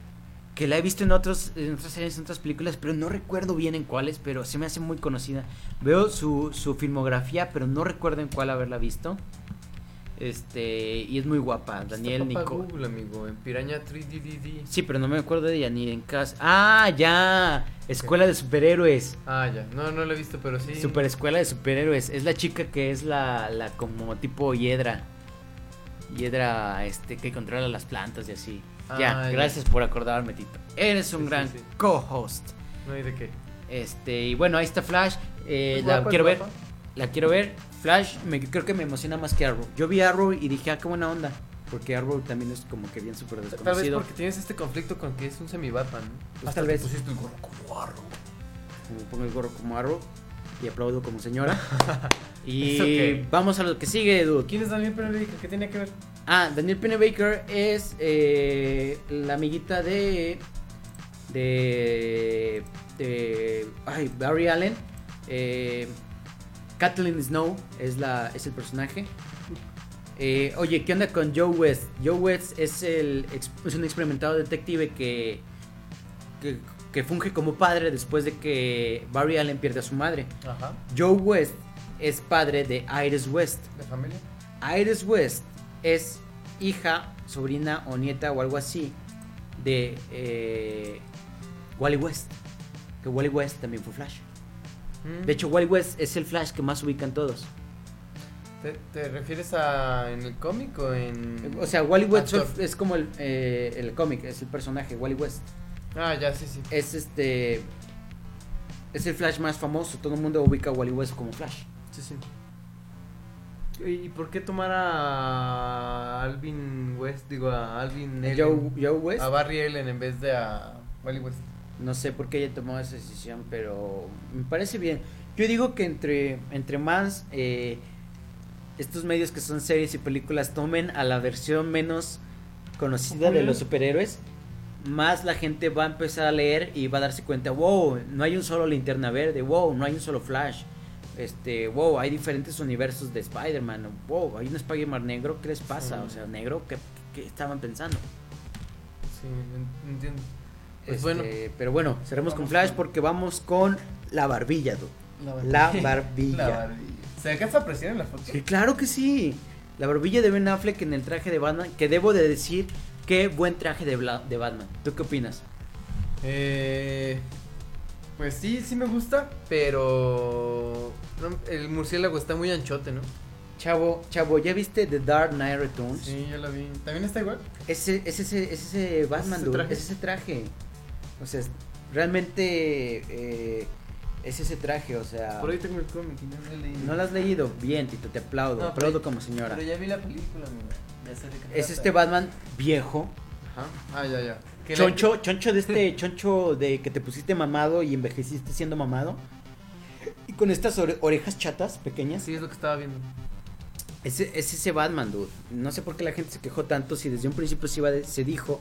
Speaker 5: que la he visto en, otros, en otras series, en otras películas, pero no recuerdo bien en cuáles, pero se me hace muy conocida. Veo su, su filmografía, pero no recuerdo en cuál haberla visto. Este, y es muy guapa, Daniel
Speaker 4: Está papá
Speaker 5: Nico.
Speaker 4: Google, amigo, en Piraña 3DDD.
Speaker 5: Sí, pero no me acuerdo de ella ni en casa. Ah, ya, Escuela de Superhéroes.
Speaker 4: Ah, ya. No, no lo he visto, pero sí.
Speaker 5: Super escuela de superhéroes. Es la chica que es la, la como tipo hiedra. Hiedra este, que controla las plantas y así. ya,
Speaker 4: Ah, ya.
Speaker 5: gracias por acordarme, Tito. Eres un
Speaker 4: Sí, sí,
Speaker 5: gran
Speaker 4: sí.
Speaker 5: co-host.
Speaker 4: No hay de qué.
Speaker 5: Este, y bueno, ahí está Flash. Eh,
Speaker 4: Es Pues, guapa,
Speaker 5: la
Speaker 4: es
Speaker 5: quiero ver.
Speaker 4: guapa.
Speaker 5: La quiero ver. Flash me, creo que me emociona más que Arrow. Yo vi Arrow y dije, ah, qué buena onda. Porque Arrow también es como que bien súper
Speaker 4: Tal vez
Speaker 5: desconocido.
Speaker 4: porque tienes este conflicto con que es un semi-Batman. ¿no?
Speaker 5: Pues tal vez.
Speaker 4: Pusiste el gorro como barro.
Speaker 5: Me pongo el gorro como Arrow y aplaudo
Speaker 4: [laughs]
Speaker 5: como señora. y
Speaker 4: It's okay.
Speaker 5: vamos a lo que sigue, Dude.
Speaker 4: ¿Quién es Daniel Pereira? ¿Qué tiene que ver?
Speaker 5: Ah, Daniel Pennebaker es eh, la amiguita de, de. de. Ay, Barry Allen. Eh, Kathleen Snow es, la, es el personaje. Eh, oye, ¿qué onda con Joe West? Joe West es, el, ex- es un experimentado detective que, que, que funge como padre después de que Barry Allen pierde a su madre.
Speaker 4: Ajá.
Speaker 5: Joe West es padre de Iris West.
Speaker 4: ¿De familia?
Speaker 5: Iris West es hija, sobrina o nieta o algo así de eh, Wally West. Que Wally West también fue Flash. De hecho, Wally West es el Flash que más ubican todos.
Speaker 4: ¿Te, te refieres a en el cómic o en.?
Speaker 5: O sea, Wally West
Speaker 4: Actor.
Speaker 5: es como el, eh, el cómic, es el personaje, Wally West.
Speaker 4: Ah, ya, sí, sí.
Speaker 5: Es este. Es el Flash más famoso. Todo el mundo ubica a Wally West como Flash.
Speaker 4: Sí, sí. ¿Y por qué tomar a Alvin West? Digo, a Alvin
Speaker 5: Joe,
Speaker 4: Allen,
Speaker 5: Joe West.
Speaker 4: A Barry Allen en vez de a Wally West.
Speaker 5: No sé por qué ella tomó esa decisión, pero me parece bien. Yo digo que entre, entre más eh, estos medios que son series y películas tomen a la versión menos conocida de los superhéroes, más la gente va a empezar a leer y va a darse cuenta, wow, no hay un solo linterna verde, wow, no hay un solo flash, este, wow, hay diferentes universos de Spider-Man, wow, hay un Spider-Man negro, ¿qué les pasa?
Speaker 4: Sí.
Speaker 5: O sea, negro, ¿qué, qué estaban pensando?
Speaker 4: Sí, en- entiendo. Pues
Speaker 5: Este,
Speaker 4: bueno.
Speaker 5: Pero bueno, cerremos con
Speaker 4: Vamos
Speaker 5: Flash
Speaker 4: con-
Speaker 5: porque vamos con la barbilla, dude. La
Speaker 4: La
Speaker 5: [laughs] barbilla.
Speaker 4: ¿Se alcanza a apreciar en la foto?
Speaker 5: Sí, claro que sí. La barbilla de Ben Affleck en el traje de Batman, que debo de decir, qué buen traje de, Bla- de Batman. ¿Tú qué opinas?
Speaker 4: Eh, pues sí, sí me gusta, pero no, el murciélago está muy anchote, ¿no?
Speaker 5: Chavo, chavo, ¿ya viste The Dark Knight Returns?
Speaker 4: Sí, yo lo vi. ¿También está igual?
Speaker 5: Ese, es ese, es ese Batman,
Speaker 4: ese
Speaker 5: dude,
Speaker 4: traje.
Speaker 5: es ese traje. O sea, es- realmente eh, es ese traje, o sea...
Speaker 4: Por ahí tengo el cómic y no lo he leído.
Speaker 5: Ah. No lo has leído bien, Tito, te aplaudo.
Speaker 4: No, pero-
Speaker 5: aplaudo como señora.
Speaker 4: Pero ya vi la película, amigo. Ya sé de qué
Speaker 5: Es
Speaker 4: trata.
Speaker 5: este Batman viejo,
Speaker 4: Ajá. Ah, ya, ya. Que la-
Speaker 5: Choncho, choncho
Speaker 4: [laughs]
Speaker 5: de este, choncho de que te pusiste mamado y envejeciste siendo mamado. Y con estas ore- orejas chatas, pequeñas.
Speaker 4: Sí, es lo que estaba viendo.
Speaker 5: Ese, es ese Batman, dude. No sé por qué la gente se quejó tanto si desde un principio se, iba de- se dijo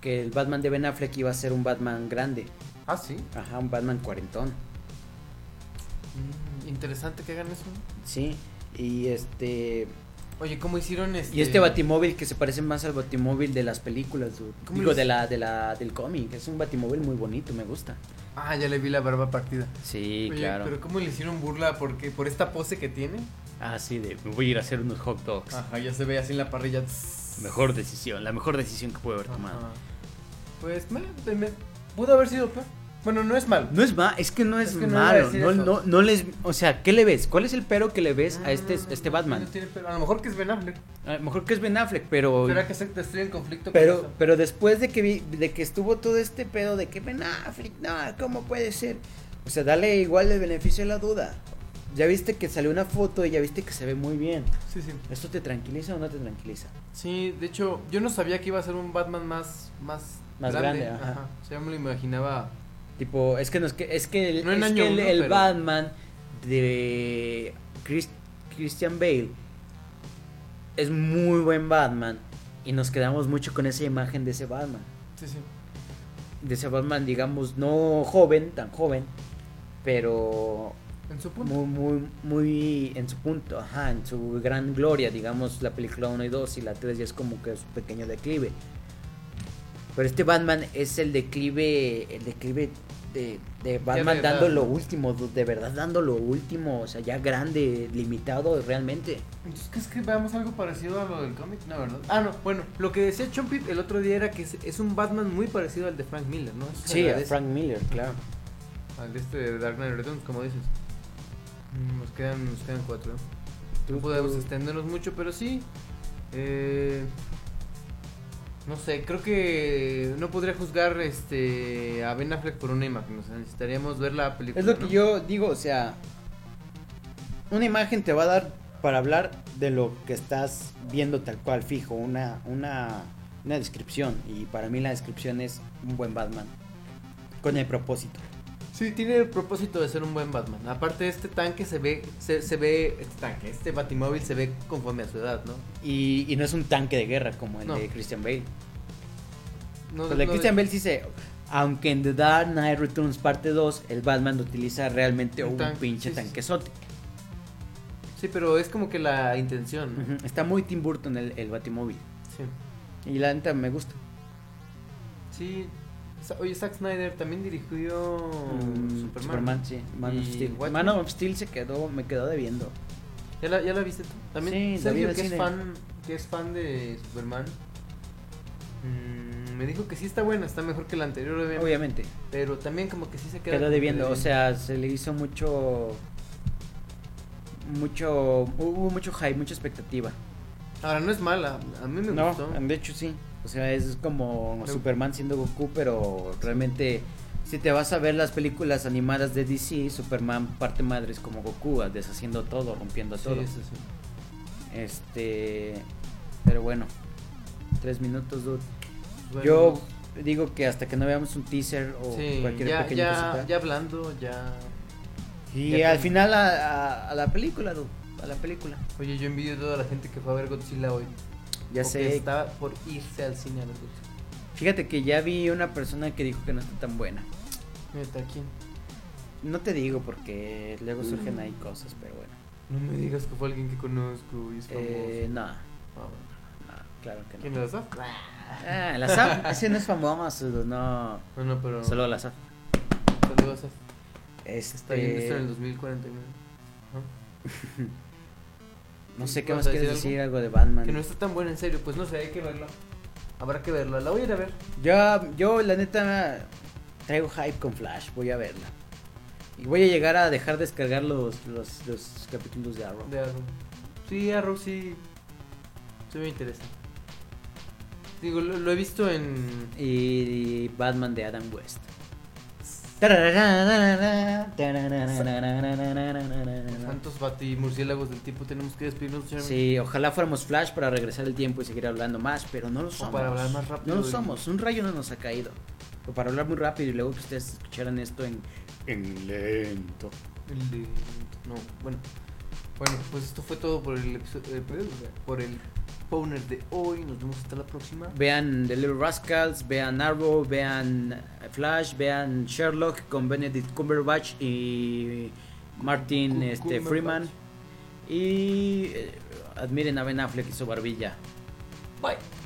Speaker 5: que el Batman de Ben Affleck iba a ser un Batman grande.
Speaker 4: Ah, sí.
Speaker 5: Ajá, un Batman cuarentón.
Speaker 4: Mm, interesante que hagan eso. ¿no?
Speaker 5: Sí. Y este.
Speaker 4: Oye, ¿cómo hicieron este?
Speaker 5: Y este batimóvil que se parece más al batimóvil de las películas, dude.
Speaker 4: ¿Cómo
Speaker 5: Digo,
Speaker 4: es?
Speaker 5: de la, de la, del cómic. Es un batimóvil muy bonito, me gusta.
Speaker 4: Ah, ya le vi la barba partida.
Speaker 5: Sí,
Speaker 4: Oye, Pero ¿cómo le hicieron burla porque por esta pose que tiene?
Speaker 5: Ah, sí, de me voy a ir a hacer unos hot dogs.
Speaker 4: Ajá, ya se ve así en la parrilla. Tss.
Speaker 5: Mejor decisión, la mejor decisión que pude haber
Speaker 4: Ajá. Pues me, me- pudo haber sido peor. Bueno, no es malo.
Speaker 5: No es malo, es que no es,
Speaker 4: Es que no iba a
Speaker 5: malo.
Speaker 4: decir
Speaker 5: No,
Speaker 4: eso.
Speaker 5: no, no les. O sea, ¿qué le ves? ¿Cuál es el pero que le ves a este,
Speaker 4: Ah.
Speaker 5: a este Batman?
Speaker 4: No tiene pelo. A lo mejor que es Ben Affleck.
Speaker 5: A lo mejor que es Ben Affleck, pero.
Speaker 4: ¿Será que se destruye el conflicto? con
Speaker 5: Pero,
Speaker 4: eso?
Speaker 5: pero después de que vi- de que estuvo todo este pedo de que Ben Affleck, no, ¿cómo puede ser? O sea, dale igual el beneficio de la duda. Ya viste que salió una foto y ya viste que se ve muy bien.
Speaker 4: Sí, sí.
Speaker 5: ¿Esto te tranquiliza o no te tranquiliza?
Speaker 4: Sí, de hecho, yo no sabía que iba a ser un Batman más. Más,
Speaker 5: Más grande, ajá.
Speaker 4: O sea, yo me lo imaginaba.
Speaker 5: Tipo, es que no es que es que el,
Speaker 4: No en
Speaker 5: es
Speaker 4: año
Speaker 5: que el-
Speaker 4: uno,
Speaker 5: el
Speaker 4: pero-
Speaker 5: Batman de Chris- Christian Bale es muy buen Batman y nos quedamos mucho con esa imagen de ese Batman,
Speaker 4: Sí, sí.
Speaker 5: de ese Batman digamos no joven, tan joven, pero
Speaker 4: En su punto.
Speaker 5: muy muy muy en su punto, ajá, en su gran gloria, digamos la película 1 y 2 y la 3 ya es como que su pequeño declive. Pero este Batman es el declive, el declive de, de Batman
Speaker 4: de
Speaker 5: dando
Speaker 4: edad,
Speaker 5: lo
Speaker 4: ¿no?
Speaker 5: último, du- de verdad dando lo último, o sea, ya grande, limitado realmente.
Speaker 4: Entonces, ¿crees que veamos algo parecido a lo del cómic? No, ¿verdad? Ah, no, bueno, lo que decía Chompit el otro día era que es, es un Batman muy parecido al de Frank Miller, ¿no? Eso se
Speaker 5: Sí, a
Speaker 4: agradece.
Speaker 5: Frank Miller, claro.
Speaker 4: Al de este de Dark Knight Returns, como dices. Mm, Nos quedan, nos quedan cuatro. ¿eh? No podemos extendernos mucho, pero sí. eh, no sé, creo que no podría juzgar este a Ben Affleck por una imagen. O sea, necesitaríamos ver la película.
Speaker 5: Es lo que
Speaker 4: ¿no?
Speaker 5: yo digo, o sea, una imagen te va a dar para hablar de lo que estás viendo tal cual, fijo, una, una, una descripción. Y para mí la descripción es un buen Batman, con el propósito.
Speaker 4: Sí, tiene el propósito de ser un buen Batman. Aparte, este tanque se ve, se, se ve, este tanque, este batimóvil se ve conforme a su edad, ¿no?
Speaker 5: Y, y no es un tanque de guerra como el
Speaker 4: No.
Speaker 5: de Christian Bale.
Speaker 4: No,
Speaker 5: El de
Speaker 4: no-
Speaker 5: Christian Bale sí se... Aunque en The Dark Knight Returns parte 2, el Batman utiliza realmente
Speaker 4: Un
Speaker 5: un,
Speaker 4: tanque,
Speaker 5: pinche
Speaker 4: sí, sí, sí.
Speaker 5: tanquesote.
Speaker 4: Sí, pero es como que la intención, ¿no?
Speaker 5: Ujú, Está muy Tim Burton el, el Batimóvil.
Speaker 4: Sí.
Speaker 5: Y la neta me gusta.
Speaker 4: Sí. Sa- Oye, Zack Snyder también dirigió
Speaker 5: Mm,
Speaker 4: Superman.
Speaker 5: Superman, sí. Man of
Speaker 4: Y
Speaker 5: Steel.
Speaker 4: Watchmen.
Speaker 5: Man of Steel se quedó, me quedó debiendo.
Speaker 4: ¿Ya la, ya la viste tú? También
Speaker 5: Sí, la vi
Speaker 4: Sergio,
Speaker 5: en el
Speaker 4: que es,
Speaker 5: cine.
Speaker 4: fan, que es fan de Superman, mm, me dijo que sí está buena, está mejor que la anterior, obviamente.
Speaker 5: Obviamente.
Speaker 4: Pero también como que sí se queda...
Speaker 5: Quedó
Speaker 4: como que
Speaker 5: debiendo. O sea, se le hizo mucho. Mucho. Hubo mucho hype, mucha expectativa.
Speaker 4: Ahora, no es mala, a mí me
Speaker 5: no,
Speaker 4: gustó.
Speaker 5: de hecho sí. O sea, es como
Speaker 4: Me-
Speaker 5: Superman siendo Goku, pero realmente. Si te vas a ver las películas animadas de DC, Superman parte madres como Goku, ah, deshaciendo todo, rompiendo
Speaker 4: Sí,
Speaker 5: todo.
Speaker 4: sí, sí.
Speaker 5: Este. Pero bueno. Tres minutos, dude.
Speaker 4: Bueno,
Speaker 5: Yo digo que hasta que no veamos un teaser o
Speaker 4: sí,
Speaker 5: cualquier
Speaker 4: ya,
Speaker 5: pequeña
Speaker 4: ya,
Speaker 5: cosita.
Speaker 4: ya hablando, ya...
Speaker 5: y
Speaker 4: ya
Speaker 5: al
Speaker 4: con-
Speaker 5: final a, a- a la película, dude, a la película.
Speaker 4: Oye, yo envidio a toda la gente que fue a ver Godzilla hoy.
Speaker 5: Ya
Speaker 4: o que
Speaker 5: sé.
Speaker 4: está por irse al cine a ver Godzilla.
Speaker 5: Fíjate que ya vi una persona que dijo que no está tan buena.
Speaker 4: Neta, ¿quién?
Speaker 5: No te digo porque
Speaker 4: Mm.
Speaker 5: luego surgen ahí cosas, pero bueno.
Speaker 4: No me digas que fue alguien que conozco y es famoso.
Speaker 5: Eh, no, no,
Speaker 4: Ah, bueno.
Speaker 5: claro que
Speaker 4: ¿Quién
Speaker 5: no.
Speaker 4: lo da?
Speaker 5: Ah, la SAF, ese no es famoso, dude, no.
Speaker 4: No, no, pero...
Speaker 5: Solo la SAF.
Speaker 4: Saludos a Está viendo esto en el
Speaker 5: Este,
Speaker 4: 2049.
Speaker 5: no sé qué
Speaker 4: ¿Vas
Speaker 5: más
Speaker 4: a
Speaker 5: quieres
Speaker 4: decir
Speaker 5: decir, algo de
Speaker 4: Que no
Speaker 5: Batman.
Speaker 4: está tan buena en serio, pues no sé, hay que verla. Habrá que verla, la voy a ir a ver.
Speaker 5: Yo, yo la neta traigo hype con Flash, voy a verla. Y voy a llegar a dejar descargar los, los, los capítulos de Arrow.
Speaker 4: De Arrow. Sí, Arrow sí. Sí me interesa. Digo, lo, lo he visto en.
Speaker 5: Y Batman de Adam West.
Speaker 4: Tantos bati murciélagos del tipo, tenemos que despedirnos, señor.
Speaker 5: Sí, ojalá fuéramos Flash para regresar el tiempo y seguir hablando más, pero no lo
Speaker 4: O
Speaker 5: somos.
Speaker 4: para hablar más rápido
Speaker 5: No lo
Speaker 4: y-
Speaker 5: somos, un rayo no nos ha caído. O para hablar muy rápido y luego que ustedes escucharan esto en...
Speaker 7: En lento.
Speaker 4: El de- No, bueno. Bueno, pues esto fue todo por el episo- eh, por el Powner de hoy. Nos vemos hasta la próxima.
Speaker 5: Vean The Little Rascals, vean Arrow, vean Flash, vean Sherlock con Benedict Cumberbatch y Martin
Speaker 4: Cum-
Speaker 5: este,
Speaker 4: Cumberbatch.
Speaker 5: Freeman. Y eh, admiren a Ben Affleck y su barbilla.
Speaker 4: Bye.